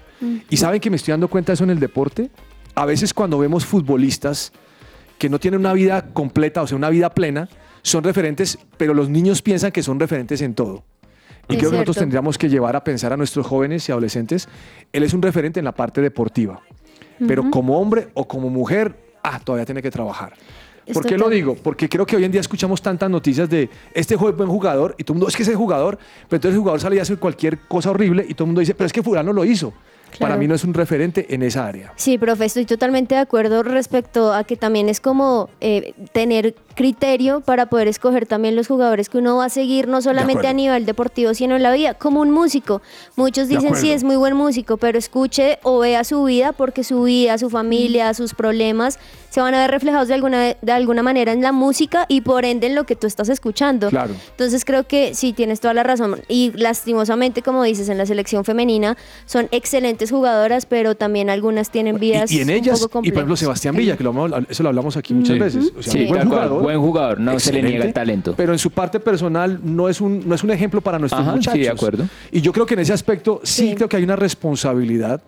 [SPEAKER 2] Y saben que me estoy dando cuenta de eso en el deporte. A veces cuando vemos futbolistas que no tienen una vida completa, o sea, una vida plena, son referentes, pero los niños piensan que son referentes en todo. Y
[SPEAKER 3] Es
[SPEAKER 2] creo que nosotros
[SPEAKER 3] cierto.
[SPEAKER 2] tendríamos que llevar a pensar a nuestros jóvenes y adolescentes, él es un referente en la parte deportiva, pero como hombre o como mujer, ah, todavía tiene que trabajar.
[SPEAKER 3] Es
[SPEAKER 2] ¿Por qué lo
[SPEAKER 3] total.
[SPEAKER 2] digo? Porque creo que hoy en día escuchamos tantas noticias de este jue- buen jugador y todo el mundo es que ese jugador, pero entonces el jugador sale y hace cualquier cosa horrible y todo el mundo dice, pero es que fulano lo hizo. Para
[SPEAKER 3] Claro.
[SPEAKER 2] mí no es un referente en esa área.
[SPEAKER 3] Sí, profe, estoy totalmente de acuerdo respecto a que también es como eh, tener criterio para poder escoger también los jugadores que uno va a seguir, no solamente a
[SPEAKER 2] acuerdo.
[SPEAKER 3] nivel deportivo, sino en la vida, como un músico. Muchos
[SPEAKER 2] De
[SPEAKER 3] dicen, sí,
[SPEAKER 2] acuerdo.
[SPEAKER 3] es muy buen músico, pero escuche o vea su vida porque su vida, su familia, sus problemas se van a ver reflejados de alguna, de alguna manera en la música y por ende en lo que tú estás escuchando.
[SPEAKER 2] Claro.
[SPEAKER 3] Entonces creo que sí, tienes toda la razón. Y lastimosamente, como dices, en la selección femenina son excelentes jugadoras, pero también algunas tienen
[SPEAKER 2] Y,
[SPEAKER 3] vidas
[SPEAKER 2] y en
[SPEAKER 3] un
[SPEAKER 2] ellas, y por
[SPEAKER 3] poco Mm.
[SPEAKER 2] ejemplo
[SPEAKER 3] complejas.
[SPEAKER 2] Sebastián Villa, que lo, hemos habl- eso lo hablamos aquí muchas veces. O sea,
[SPEAKER 5] Sí,
[SPEAKER 2] buen
[SPEAKER 5] tal cual.
[SPEAKER 2] jugador,
[SPEAKER 5] Buen buen jugador, no se le niega el
[SPEAKER 2] excelente,
[SPEAKER 5] talento.
[SPEAKER 2] Pero en su parte personal no es un, no es un ejemplo para nuestros
[SPEAKER 5] Ajá, sí, de
[SPEAKER 2] muchachos.
[SPEAKER 5] acuerdo.
[SPEAKER 2] Y yo creo que en ese aspecto sí,
[SPEAKER 3] Sí.
[SPEAKER 2] creo que hay una responsabilidad.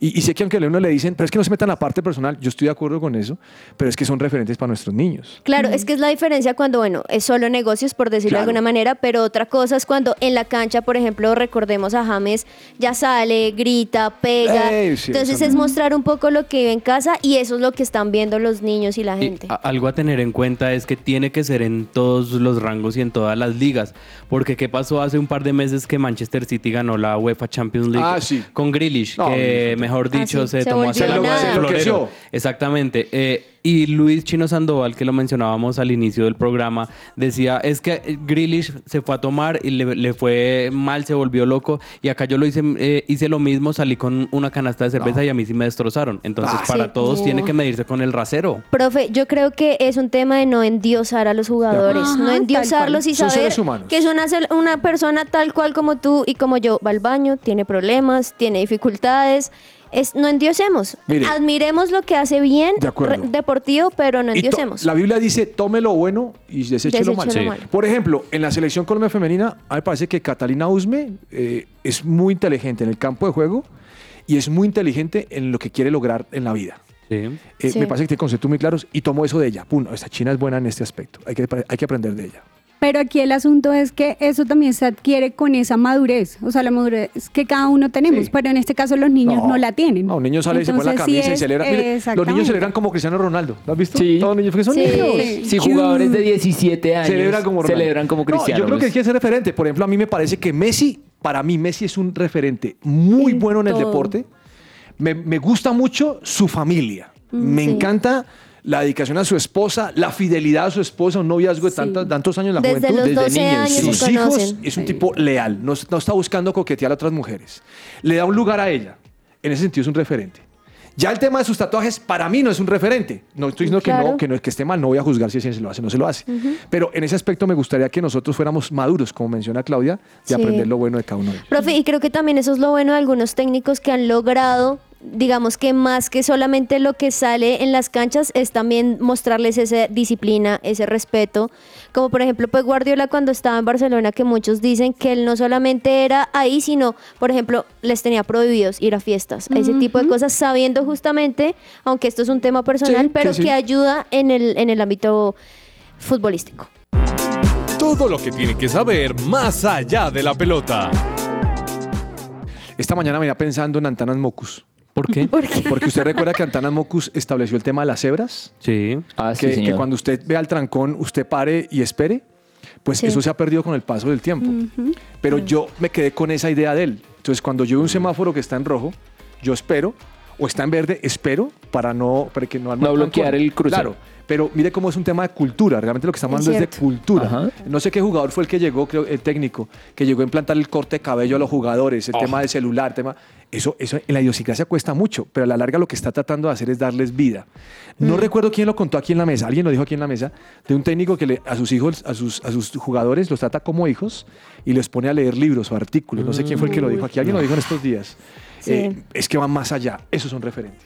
[SPEAKER 2] Y, y sé que aunque a uno le dicen, pero es que no se metan en la parte personal, yo estoy de acuerdo con eso, pero es que son referentes para nuestros niños.
[SPEAKER 3] Claro, es que es la diferencia cuando, bueno, es solo negocios, por decirlo de
[SPEAKER 2] Claro.
[SPEAKER 3] alguna manera, pero otra cosa es cuando en la cancha, por ejemplo, recordemos a James, ya sale, grita, pega.
[SPEAKER 2] Ey, sí,
[SPEAKER 3] Entonces
[SPEAKER 2] eso
[SPEAKER 3] es
[SPEAKER 2] no.
[SPEAKER 3] mostrar un poco lo que vive en casa y eso es lo que están viendo los niños y la
[SPEAKER 4] Y
[SPEAKER 3] gente.
[SPEAKER 4] a- algo a tener en cuenta es que tiene que ser en todos los rangos y en todas las ligas. Porque ¿qué pasó hace un par de meses que Manchester City ganó la UEFA Champions League
[SPEAKER 2] Ah, sí.
[SPEAKER 4] con Grealish?
[SPEAKER 2] No,
[SPEAKER 4] que mejor dicho
[SPEAKER 3] Ah, sí,
[SPEAKER 4] se,
[SPEAKER 3] se
[SPEAKER 4] tomó
[SPEAKER 3] volvió
[SPEAKER 4] hacia la
[SPEAKER 3] nada.
[SPEAKER 4] mano
[SPEAKER 3] Se
[SPEAKER 4] el
[SPEAKER 2] enloqueció.
[SPEAKER 4] florero. Exactamente. Eh, y Luis Chino Sandoval, que lo mencionábamos al inicio del programa, decía, es que eh, Grealish se fue a tomar y le, le fue mal, se volvió loco. Y acá yo lo hice, eh, hice lo mismo, salí con una canasta de cerveza y a mí sí me destrozaron. Entonces,
[SPEAKER 3] Ah,
[SPEAKER 4] para
[SPEAKER 3] sí.
[SPEAKER 4] todos tiene
[SPEAKER 3] No.
[SPEAKER 4] que medirse con el rasero.
[SPEAKER 3] Profe, yo creo que es un tema de no endiosar a los jugadores,
[SPEAKER 6] Ajá,
[SPEAKER 3] no
[SPEAKER 6] tal
[SPEAKER 3] endiosarlos
[SPEAKER 2] cual.
[SPEAKER 3] y
[SPEAKER 2] Son
[SPEAKER 3] saber
[SPEAKER 2] seres humanos.
[SPEAKER 3] que es una, sol- una persona tal cual como tú y como yo, va al baño, tiene problemas, tiene dificultades. Es, no endiosemos,
[SPEAKER 2] Mire.
[SPEAKER 3] admiremos lo que hace bien
[SPEAKER 2] De acuerdo.
[SPEAKER 3] re- deportivo, pero no
[SPEAKER 2] Y to-
[SPEAKER 3] endiosemos.
[SPEAKER 2] la Biblia dice, tome lo bueno y deseche lo
[SPEAKER 3] Deseche
[SPEAKER 2] malo.
[SPEAKER 3] lo Sí. malo.
[SPEAKER 2] Por ejemplo, en la selección Colombia Femenina, a mí me parece que Catalina Usme eh, es muy inteligente en el campo de juego y es muy inteligente en lo que quiere lograr en la vida.
[SPEAKER 4] Sí.
[SPEAKER 2] Eh,
[SPEAKER 3] Sí.
[SPEAKER 2] Me parece que tiene conceptos muy claros y tomo eso de ella. Pum, esta China es buena en este aspecto. Hay que, hay que aprender de ella.
[SPEAKER 6] Pero aquí el asunto es que eso también se adquiere con esa madurez, o sea, la madurez que cada uno tenemos,
[SPEAKER 2] Sí.
[SPEAKER 6] pero en este caso los niños no, la tienen.
[SPEAKER 2] No, un niño sale y se pone la
[SPEAKER 6] Entonces, sí
[SPEAKER 2] camisa y
[SPEAKER 6] es-
[SPEAKER 2] celebra. Mire, los
[SPEAKER 6] exactamente.
[SPEAKER 2] niños celebran como Cristiano Ronaldo. ¿Lo has visto?
[SPEAKER 5] Sí.
[SPEAKER 2] Todos los niños, porque son
[SPEAKER 3] Sí.
[SPEAKER 2] niños.
[SPEAKER 6] Sí.
[SPEAKER 5] Si jugadores de 17 años
[SPEAKER 2] Celebran como Ronaldo.
[SPEAKER 5] celebran como
[SPEAKER 2] No,
[SPEAKER 5] Cristiano.
[SPEAKER 2] yo creo que hay
[SPEAKER 5] pues.
[SPEAKER 2] que ser referente. Por ejemplo, a mí me parece que Messi, para mí Messi es un referente muy
[SPEAKER 3] En
[SPEAKER 2] bueno en el
[SPEAKER 3] todo.
[SPEAKER 2] deporte. Me, me gusta mucho su familia. me
[SPEAKER 3] Mm, sí.
[SPEAKER 2] encanta la dedicación a su esposa, la fidelidad a su esposa, un noviazgo de tantos, tantos años en la
[SPEAKER 3] Desde
[SPEAKER 2] juventud.
[SPEAKER 3] los
[SPEAKER 5] desde
[SPEAKER 3] 12
[SPEAKER 5] niños,
[SPEAKER 3] años
[SPEAKER 5] sí.
[SPEAKER 3] se
[SPEAKER 2] Sus hijos
[SPEAKER 3] conocen.
[SPEAKER 2] es un tipo leal, no, no está buscando coquetear a otras mujeres. Le da un lugar a ella. En ese sentido es un referente. Ya el tema de sus tatuajes, para mí no es un referente. No estoy diciendo que,
[SPEAKER 3] Claro.
[SPEAKER 2] no, que no, que esté mal, no voy a juzgar si se lo hace o no se lo hace. Pero en ese aspecto me gustaría que nosotros fuéramos maduros, como menciona Claudia, de
[SPEAKER 3] Sí.
[SPEAKER 2] aprender lo bueno de cada uno de ellos.
[SPEAKER 3] Profe, y creo que también eso es lo bueno de algunos técnicos que han logrado, digamos que más que solamente lo que sale en las canchas, es también mostrarles esa disciplina, ese respeto. Como por ejemplo, pues Guardiola cuando estaba en Barcelona, que muchos dicen que él no solamente era ahí, sino, por ejemplo, les tenía prohibidos ir a fiestas, a ese tipo de cosas, sabiendo justamente, aunque esto es un tema personal,
[SPEAKER 2] Sí,
[SPEAKER 3] pero
[SPEAKER 2] sí, sí.
[SPEAKER 3] que ayuda en el, en el ámbito futbolístico.
[SPEAKER 8] Todo lo que tiene que saber más allá de la pelota.
[SPEAKER 2] Esta mañana venía pensando en Antanas Mocus.
[SPEAKER 4] ¿Por qué?
[SPEAKER 2] Porque usted recuerda que Antanas Mocus estableció el tema de las cebras.
[SPEAKER 4] Sí.
[SPEAKER 5] Ah, sí,
[SPEAKER 2] que, que
[SPEAKER 5] señor.
[SPEAKER 2] cuando usted vea el trancón, usted pare y espere. Pues
[SPEAKER 3] Sí.
[SPEAKER 2] eso se ha perdido con el paso del tiempo. Pero yo me quedé con esa idea de él. Entonces, cuando yo veo
[SPEAKER 5] Mm.
[SPEAKER 2] un semáforo que está en rojo, yo espero, o está en verde, espero para no, para que no, arme
[SPEAKER 5] No
[SPEAKER 2] un trancón.
[SPEAKER 5] bloquear el cruce.
[SPEAKER 2] Claro. Pero mire cómo es un tema de cultura. Realmente lo que estamos
[SPEAKER 3] Es
[SPEAKER 2] hablando es de
[SPEAKER 3] cierto.
[SPEAKER 2] cultura.
[SPEAKER 5] Ajá.
[SPEAKER 2] No sé qué jugador fue el que llegó, creo, el técnico, que llegó a implantar el corte de cabello a los jugadores, el
[SPEAKER 3] Oh.
[SPEAKER 2] tema del celular, tema. Eso, eso en la idiosincrasia cuesta mucho, pero a la larga lo que está tratando de hacer es darles vida. No
[SPEAKER 3] Mm.
[SPEAKER 2] recuerdo quién lo contó aquí en la mesa, alguien lo dijo aquí en la mesa, de un técnico que le- a sus hijos, a sus, a sus jugadores los trata como hijos y les pone a leer libros o artículos. No sé quién fue el que lo dijo aquí, alguien lo dijo en estos días.
[SPEAKER 3] Mm. Sí.
[SPEAKER 2] Eh, es que van más allá, esos son referentes.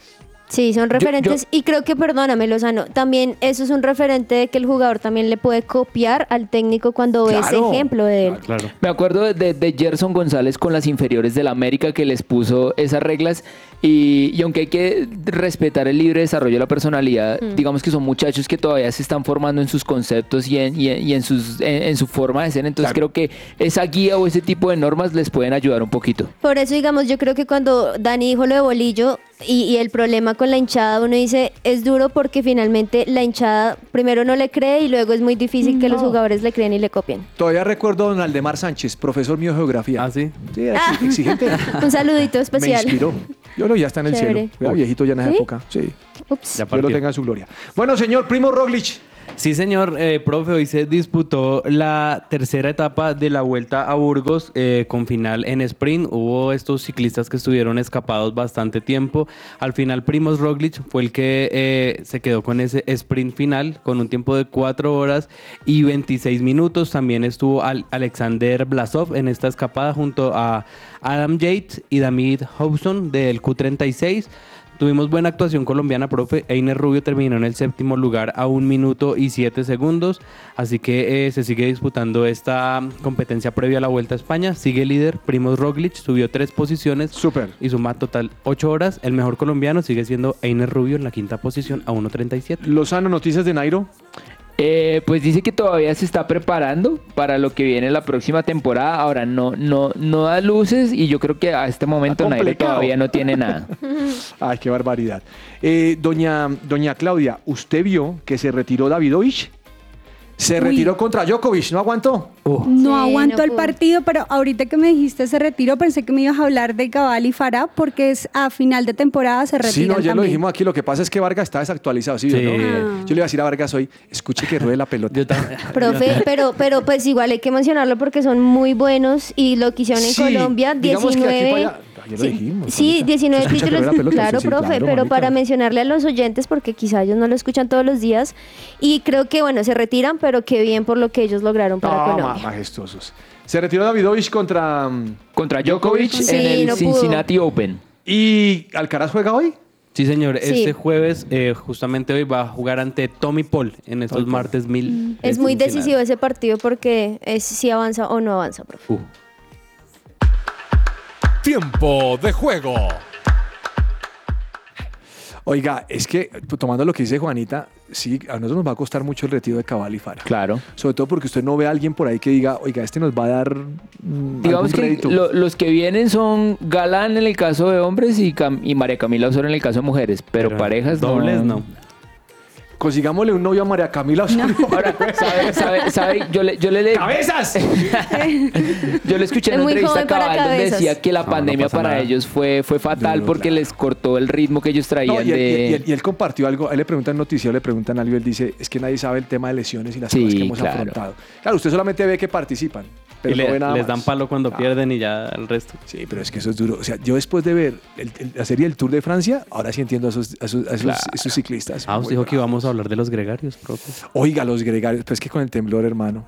[SPEAKER 3] Sí, son referentes y creo que, perdóname Lozano, también eso es un referente de que el jugador también le puede copiar al técnico cuando ve ese
[SPEAKER 2] Claro.
[SPEAKER 3] ejemplo de él.
[SPEAKER 4] Claro.
[SPEAKER 5] Me acuerdo de, de- de Gerson González con las inferiores del América que les puso esas reglas y, y aunque hay que respetar el libre desarrollo de la personalidad,
[SPEAKER 3] Mm.
[SPEAKER 5] digamos que son muchachos que todavía se están formando en sus conceptos y en, y en- y en sus, en, en su forma de ser, entonces
[SPEAKER 2] Claro.
[SPEAKER 5] creo que esa guía o ese tipo de normas les pueden ayudar un poquito.
[SPEAKER 3] Por eso, digamos, yo creo que cuando Dani dijo lo de Bolillo y, y el problema con la hinchada, uno dice, es duro porque finalmente la hinchada primero no le cree y luego es muy difícil que los jugadores le creen y le copien.
[SPEAKER 2] Todavía recuerdo a don Aldemar Sánchez, profesor mío de geografía.
[SPEAKER 4] Ah, sí.
[SPEAKER 2] Sí, era ex- exigente.
[SPEAKER 3] Un saludito especial.
[SPEAKER 2] Me inspiró. Yo lo ya está en el
[SPEAKER 3] Chévere.
[SPEAKER 2] cielo. Era viejito ya en esa
[SPEAKER 3] ¿Sí?
[SPEAKER 2] época. Sí.
[SPEAKER 3] Ups.
[SPEAKER 4] Ya
[SPEAKER 2] Dios lo
[SPEAKER 4] partió.
[SPEAKER 2] tenga en su gloria. Bueno, señor Primo Roglic.
[SPEAKER 4] Sí, señor, eh, profe, hoy se disputó la tercera etapa de la vuelta a Burgos eh, con final en sprint. Hubo estos ciclistas que estuvieron escapados bastante tiempo. Al final, Primos Roglic fue el que eh, se quedó con ese sprint final con un tiempo de 4 horas y 26 minutos. También estuvo Al- Alexander Blasov en esta escapada junto a Adam Yates y David Hobson del Q36. Tuvimos buena actuación colombiana, profe. Einer Rubio terminó en el séptimo lugar a un minuto y siete segundos. Así que eh, se sigue disputando esta competencia previa a la Vuelta a España. Sigue líder. Primoz Roglic subió tres posiciones.
[SPEAKER 2] Súper.
[SPEAKER 4] Y suma total ocho horas. El mejor colombiano sigue siendo Einer Rubio en la quinta posición a 1.37.
[SPEAKER 2] Lozano, noticias de Nairo.
[SPEAKER 5] Eh, pues dice que todavía se está preparando para lo que viene la próxima temporada. Ahora no, no, no da luces y yo creo que a este momento
[SPEAKER 2] Está
[SPEAKER 5] Nairo
[SPEAKER 2] complicado.
[SPEAKER 5] todavía no tiene nada.
[SPEAKER 2] Ay, qué barbaridad. Eh, doña, doña Claudia, ¿usted vio que se retiró Davidovich? Se
[SPEAKER 6] Uy.
[SPEAKER 2] retiró contra Djokovic, ¿no aguantó?
[SPEAKER 6] No
[SPEAKER 3] Sí,
[SPEAKER 6] aguanto
[SPEAKER 3] no
[SPEAKER 6] el
[SPEAKER 3] pudo.
[SPEAKER 6] partido, pero ahorita que me dijiste se retiró, pensé que me ibas a hablar de Cabal y Farah, porque es a final de temporada se retiran
[SPEAKER 2] Sí, no, ya lo
[SPEAKER 6] también.
[SPEAKER 2] dijimos aquí. Lo que pasa es que Vargas está desactualizado. ¿sí,
[SPEAKER 4] Sí.
[SPEAKER 2] ¿no?
[SPEAKER 4] Ah.
[SPEAKER 2] Yo le iba a decir a Vargas hoy, escuche que ruede la pelota.
[SPEAKER 3] Profe, pero, pero pues igual hay que mencionarlo porque son muy buenos y lo que hicieron en
[SPEAKER 2] Sí,
[SPEAKER 3] Colombia,
[SPEAKER 2] digamos que aquí
[SPEAKER 3] 19.
[SPEAKER 2] para allá- ayer lo
[SPEAKER 3] sí,
[SPEAKER 2] dijimos,
[SPEAKER 3] sí,
[SPEAKER 2] mamita.
[SPEAKER 3] 19
[SPEAKER 2] Escucha que
[SPEAKER 3] títulos.
[SPEAKER 2] rueda la pelota,
[SPEAKER 3] claro,
[SPEAKER 2] sí, sí,
[SPEAKER 3] profe,
[SPEAKER 2] claro,
[SPEAKER 3] pero
[SPEAKER 2] mamita.
[SPEAKER 3] para mencionarle a los oyentes porque quizá ellos no lo escuchan todos los días y creo que bueno, se retiran, pero qué bien por lo que ellos lograron para
[SPEAKER 2] No, ma-
[SPEAKER 3] Colombia.
[SPEAKER 2] majestuosos. Se retiró Davidovich contra. mm,
[SPEAKER 5] Contra Djokovic
[SPEAKER 3] Sí,
[SPEAKER 5] en el
[SPEAKER 3] no pudo.
[SPEAKER 5] Cincinnati Open.
[SPEAKER 2] ¿Y Alcaraz juega hoy?
[SPEAKER 4] Sí, señor.
[SPEAKER 3] Sí.
[SPEAKER 4] Este jueves, eh, justamente hoy, va a jugar ante Tommy Paul en estos
[SPEAKER 2] Tommy Paul.
[SPEAKER 4] martes mil.
[SPEAKER 3] Mm. Es muy decisivo ese partido porque es si avanza o no avanza, profe.
[SPEAKER 4] Uh.
[SPEAKER 8] Tiempo de juego.
[SPEAKER 2] Oiga, es que pues, tomando lo que dice Juanita, sí, a nosotros nos va a costar mucho el retiro de Cabal y Fara.
[SPEAKER 5] Claro.
[SPEAKER 2] Sobre todo porque usted no ve a alguien por ahí que diga, oiga, este nos va a dar. mm,
[SPEAKER 5] Digamos
[SPEAKER 2] algún
[SPEAKER 5] que
[SPEAKER 2] rédito".
[SPEAKER 5] lo- los que vienen son Galán en el caso de hombres y, Cam- y María Camila Osorio en el caso de mujeres, pero, parejas no.
[SPEAKER 4] dobles no.
[SPEAKER 2] Consigámosle un novio a María Camila Osorio.
[SPEAKER 5] Ahora, ¿sabe, sabe- sabe? Yo le, yo le, le-
[SPEAKER 2] ¡Cabezas!
[SPEAKER 5] yo le escuché
[SPEAKER 3] Es
[SPEAKER 5] en una
[SPEAKER 3] muy
[SPEAKER 5] entrevista a
[SPEAKER 3] joven para
[SPEAKER 5] Cabal donde
[SPEAKER 3] cabezas.
[SPEAKER 5] decía que la
[SPEAKER 4] No, no
[SPEAKER 5] pandemia
[SPEAKER 4] pasa
[SPEAKER 5] para
[SPEAKER 4] nada.
[SPEAKER 5] ellos fue, fue fatal
[SPEAKER 2] Duro,
[SPEAKER 5] porque
[SPEAKER 2] claro.
[SPEAKER 5] les cortó el ritmo que ellos traían
[SPEAKER 2] No, y, él, y
[SPEAKER 5] de...
[SPEAKER 2] él- y él- y él compartió algo, a él le preguntan noticiero, le preguntan algo, y él dice, es que nadie sabe el tema de lesiones y las
[SPEAKER 5] Sí,
[SPEAKER 2] cosas que hemos
[SPEAKER 5] claro.
[SPEAKER 2] afrontado. Claro, usted solamente ve que participan, pero
[SPEAKER 4] y
[SPEAKER 2] no
[SPEAKER 4] le-
[SPEAKER 2] ve nada
[SPEAKER 4] les
[SPEAKER 2] más.
[SPEAKER 4] dan palo cuando
[SPEAKER 2] Ah,
[SPEAKER 4] pierden y ya el resto.
[SPEAKER 2] Sí, pero es que eso es duro. O sea, yo después de ver el- el- la serie del Tour de Francia, ahora sí entiendo a esos, a esos- a esos- esos ciclistas.
[SPEAKER 4] Ah,
[SPEAKER 2] Muy
[SPEAKER 4] usted dijo que
[SPEAKER 2] bravos.
[SPEAKER 4] íbamos a hablar de los gregarios, profe.
[SPEAKER 2] Oiga, los gregarios, pues es que con el temblor, hermano.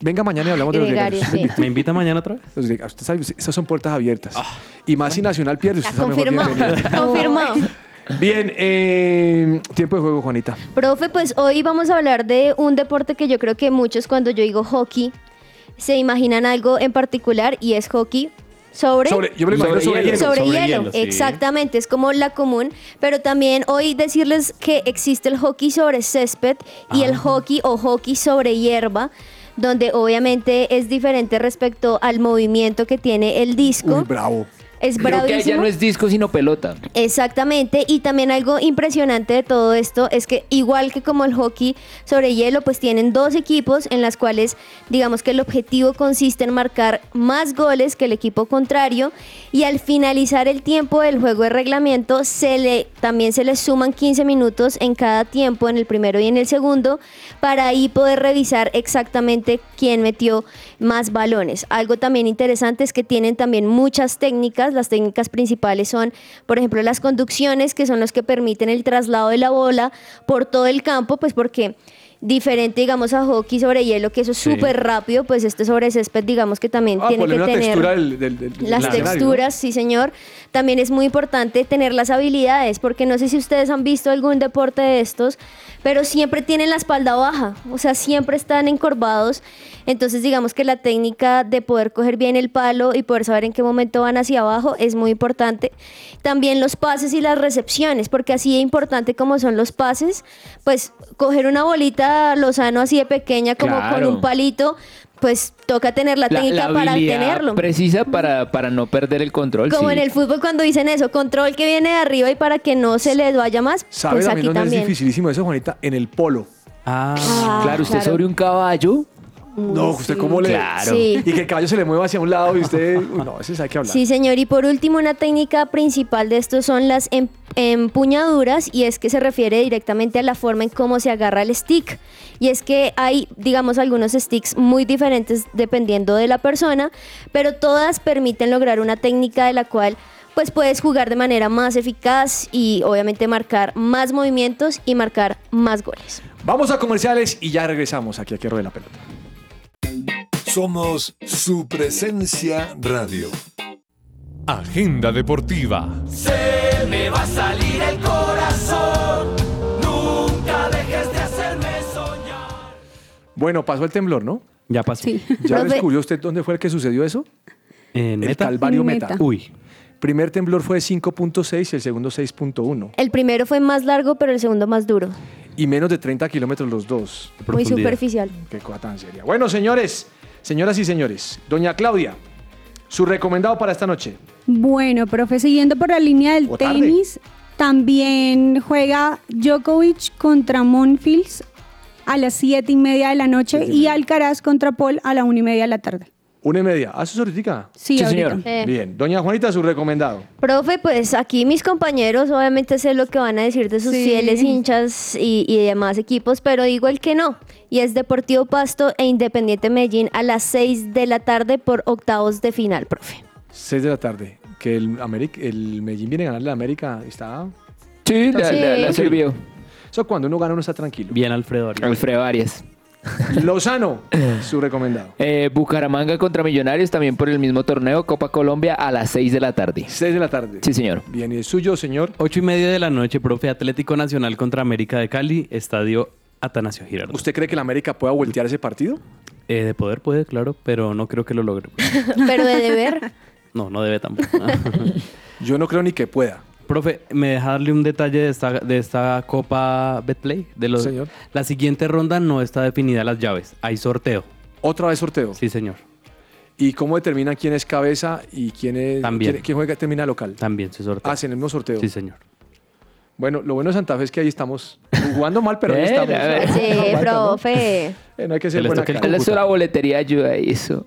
[SPEAKER 2] Venga mañana y hablamos de los
[SPEAKER 3] Gregario,
[SPEAKER 2] gregarios.
[SPEAKER 3] sí.
[SPEAKER 4] ¿Me invita mañana otra vez?
[SPEAKER 2] Los gregarios, usted sabe, esas son puertas abiertas.
[SPEAKER 4] Ah,
[SPEAKER 2] y más si Nacional pierde,
[SPEAKER 3] Ya
[SPEAKER 2] usted sabe Pues mejor
[SPEAKER 3] confirmó,
[SPEAKER 2] bienvenido.
[SPEAKER 3] confirmó.
[SPEAKER 2] Bien, eh, tiempo de juego, Juanita.
[SPEAKER 3] Profe, pues hoy vamos a hablar de un deporte que yo creo que muchos cuando yo digo hockey se imaginan algo en particular y es hockey sobre
[SPEAKER 2] Sobre, yo me lo imagino
[SPEAKER 5] Sobre
[SPEAKER 2] sobre, hielo.
[SPEAKER 4] hielo.
[SPEAKER 3] sobre
[SPEAKER 4] sobre
[SPEAKER 3] hielo,
[SPEAKER 4] hielo, sí.
[SPEAKER 3] exactamente, es como la común, pero también hoy decirles que existe el hockey sobre césped y el hockey o hockey sobre hierba, donde obviamente es diferente respecto al movimiento que tiene el disco.
[SPEAKER 2] Uy, bravo.
[SPEAKER 3] es
[SPEAKER 5] Creo que ya
[SPEAKER 3] bravísimo.
[SPEAKER 5] no es disco sino pelota.
[SPEAKER 3] Exactamente, y también algo impresionante de todo esto es que igual que como el hockey sobre hielo, pues tienen dos equipos en las cuales digamos que el objetivo consiste en marcar más goles que el equipo contrario y al finalizar el tiempo del juego de reglamento se le también se le suman 15 minutos en cada tiempo en el primero y en el segundo para ahí poder revisar exactamente quién metió más balones. Algo también interesante es que tienen también muchas técnicas. Las técnicas principales son, por ejemplo, las conducciones, que son los que permiten el traslado de la bola por todo el campo, pues porque diferente, digamos, a hockey sobre hielo, que eso es
[SPEAKER 4] Sí.
[SPEAKER 3] súper rápido, pues este sobre césped, digamos que también
[SPEAKER 2] Ah,
[SPEAKER 3] tiene
[SPEAKER 2] ponle
[SPEAKER 3] que
[SPEAKER 2] una
[SPEAKER 3] tener
[SPEAKER 2] textura del, del- del- del
[SPEAKER 3] las
[SPEAKER 2] escenario, eh, ¿no?
[SPEAKER 3] texturas, sí señor. También es muy importante tener las habilidades, porque no sé si ustedes han visto algún deporte de estos, pero siempre tienen la espalda baja, o sea, siempre están encorvados. Entonces digamos que la técnica de poder coger bien el palo y poder saber en qué momento van hacia abajo es muy importante. También los pases y las recepciones, porque así de importante como son los pases, pues coger una bolita lozano así de pequeña como
[SPEAKER 5] Claro.
[SPEAKER 3] con un palito, pues toca tener la, técnica para
[SPEAKER 5] habilidad
[SPEAKER 3] tenerlo.
[SPEAKER 5] precisa para, para no perder
[SPEAKER 2] Pues
[SPEAKER 5] el control.
[SPEAKER 3] Como
[SPEAKER 5] sí.
[SPEAKER 3] en el fútbol cuando dicen eso, control que viene de arriba y para que no se les vaya más,
[SPEAKER 2] ¿Sabe
[SPEAKER 3] pues
[SPEAKER 2] también
[SPEAKER 3] aquí
[SPEAKER 2] dónde
[SPEAKER 3] también.
[SPEAKER 2] es dificilísimo eso, Juanita? En el polo.
[SPEAKER 4] Ah,
[SPEAKER 5] claro, usted
[SPEAKER 3] claro.
[SPEAKER 5] sobre un caballo.
[SPEAKER 2] no, usted cómo le...
[SPEAKER 5] Claro.
[SPEAKER 3] Sí.
[SPEAKER 2] Y que el caballo se le mueva hacia un lado y usted... Uy, no, ese hay que hablar.
[SPEAKER 3] Sí, señor. Y por último, una técnica principal de esto son las em- empuñaduras y es que se refiere directamente a la forma en cómo se agarra el stick. Y es que hay, digamos, algunos sticks muy diferentes dependiendo de la persona, pero todas permiten lograr una técnica de la cual pues puedes jugar de manera más eficaz y obviamente marcar más movimientos y marcar más goles.
[SPEAKER 2] Vamos a comerciales y ya regresamos aquí a Que Ruede la Pelota.
[SPEAKER 10] Somos su presencia radio.
[SPEAKER 8] Agenda deportiva.
[SPEAKER 9] Se se me va a salir el corazón. Nunca dejes de hacerme soñar.
[SPEAKER 2] Bueno, pasó el temblor, ¿no?
[SPEAKER 4] Ya pasó.
[SPEAKER 6] Sí.
[SPEAKER 2] ¿Ya
[SPEAKER 3] Profe-
[SPEAKER 2] descubrió usted dónde fue el que sucedió eso?
[SPEAKER 4] En
[SPEAKER 2] El
[SPEAKER 4] Meta.
[SPEAKER 2] Calvario Meta.
[SPEAKER 6] Meta.
[SPEAKER 4] Uy.
[SPEAKER 2] Primer temblor fue de 5.6 y el segundo 6.1.
[SPEAKER 3] El primero fue más largo, pero el segundo más duro.
[SPEAKER 2] Y menos de 30 kilómetros los dos.
[SPEAKER 4] qué
[SPEAKER 3] Muy
[SPEAKER 4] profundidad.
[SPEAKER 3] superficial.
[SPEAKER 2] Qué cosa tan seria. Bueno, señores, señoras y señores, doña Claudia, su recomendado para esta noche.
[SPEAKER 6] Bueno, profe, siguiendo por la línea del
[SPEAKER 2] O tarde.
[SPEAKER 6] tenis, también juega Djokovic contra Monfils a las 7 y media de la noche
[SPEAKER 2] Siete y
[SPEAKER 6] y
[SPEAKER 2] media.
[SPEAKER 6] Alcaraz contra Paul a la 1 y media de la tarde.
[SPEAKER 2] Una y media. ¿Ah, eso es ahorita?
[SPEAKER 6] Sí,
[SPEAKER 5] Sí,
[SPEAKER 6] ahorita.
[SPEAKER 5] señor.
[SPEAKER 3] Eh.
[SPEAKER 2] Bien. Doña Juanita, su recomendado.
[SPEAKER 3] Profe, pues aquí mis compañeros obviamente sé lo que van a decir de sus
[SPEAKER 6] Sí.
[SPEAKER 3] fieles hinchas y, y demás equipos, pero digo el que no. Y es Deportivo Pasto e Independiente Medellín a las 6 de la tarde por octavos de final, profe.
[SPEAKER 2] 6 de la tarde. Que el, Ameri- el Medellín viene a ganarle a América. Está...
[SPEAKER 5] Sí, la,
[SPEAKER 3] Sí.
[SPEAKER 5] la- la sirvió.
[SPEAKER 2] Eso cuando uno gana, uno está tranquilo.
[SPEAKER 4] Bien, Alfredo. Arias.
[SPEAKER 5] Alfredo Arias.
[SPEAKER 2] Lozano, su recomendado.
[SPEAKER 5] Eh, Bucaramanga contra Millonarios también por el mismo torneo, Copa Colombia a las 6 de la tarde.
[SPEAKER 2] 6 de la tarde.
[SPEAKER 5] Sí, señor.
[SPEAKER 2] Bien, ¿y el suyo, señor?
[SPEAKER 4] Ocho y media de la noche, profe Atlético Nacional contra América de Cali, estadio Atanasio Girardot.
[SPEAKER 2] ¿Usted cree que la América pueda voltear ese partido?
[SPEAKER 4] Eh, de poder puede, claro, pero no creo que lo logre.
[SPEAKER 3] Pero de deber,
[SPEAKER 4] No, no debe tampoco.
[SPEAKER 2] Yo no creo ni que pueda.
[SPEAKER 4] Profe, me deja darle un detalle de esta, de esta Copa Betplay. De los,
[SPEAKER 2] Señor.
[SPEAKER 4] La siguiente ronda no está definida las llaves. Hay sorteo.
[SPEAKER 2] Otra vez sorteo.
[SPEAKER 4] Sí, señor.
[SPEAKER 2] ¿Y cómo determinan quién es cabeza y quién es.
[SPEAKER 4] También.
[SPEAKER 2] quién- quién juega termina local?
[SPEAKER 4] También se sortea.
[SPEAKER 2] Hacen el mismo sorteo.
[SPEAKER 4] Ah, Sí, señor.
[SPEAKER 2] Bueno, lo bueno de Santa Fe es que ahí estamos jugando mal, pero ahí
[SPEAKER 5] Eh,
[SPEAKER 2] estamos.
[SPEAKER 5] a ver.
[SPEAKER 3] sí,
[SPEAKER 2] No, falta, ¿no?
[SPEAKER 3] profe.
[SPEAKER 2] Eh, no hay que
[SPEAKER 4] Que
[SPEAKER 2] ser
[SPEAKER 4] les
[SPEAKER 2] buena
[SPEAKER 4] toque el
[SPEAKER 2] cara.
[SPEAKER 5] Él hizo la boletería ayuda a eso.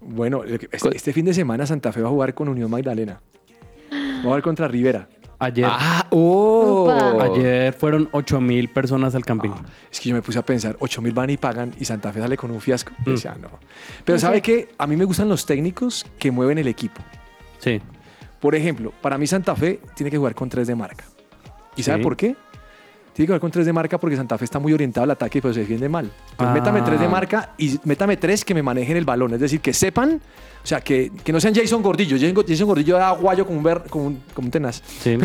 [SPEAKER 2] Bueno, el- este, este fin de semana Santa Fe va a jugar con Unión Magdalena. Va a jugar contra Rivera.
[SPEAKER 4] Ayer,
[SPEAKER 5] Ah, oh.
[SPEAKER 3] Upa.
[SPEAKER 4] ayer fueron 8000 personas al camping.
[SPEAKER 2] Es que yo me puse a pensar, 8 mil van y pagan y Santa Fe sale con un fiasco.
[SPEAKER 4] Mm.
[SPEAKER 2] Yo decía, "Ah, no. Pero ¿sabe qué? A mí me gustan los técnicos que mueven el equipo.
[SPEAKER 4] Sí.
[SPEAKER 2] Por ejemplo, para mí Santa Fe tiene que jugar con tres de marca. ¿Y sabe
[SPEAKER 4] Sí.
[SPEAKER 2] por qué? Tiene que jugar con tres de marca porque Santa Fe está muy orientado al ataque, pero se defiende mal. Entonces,
[SPEAKER 4] Ah.
[SPEAKER 2] métame tres de marca y métame tres que me manejen el balón. Es decir, que sepan, o sea, que, que no sean Jason Gordillo. Jason, Go- Jason Gordillo da guayo como un, ver- como un- como un tenaz.
[SPEAKER 4] Sí.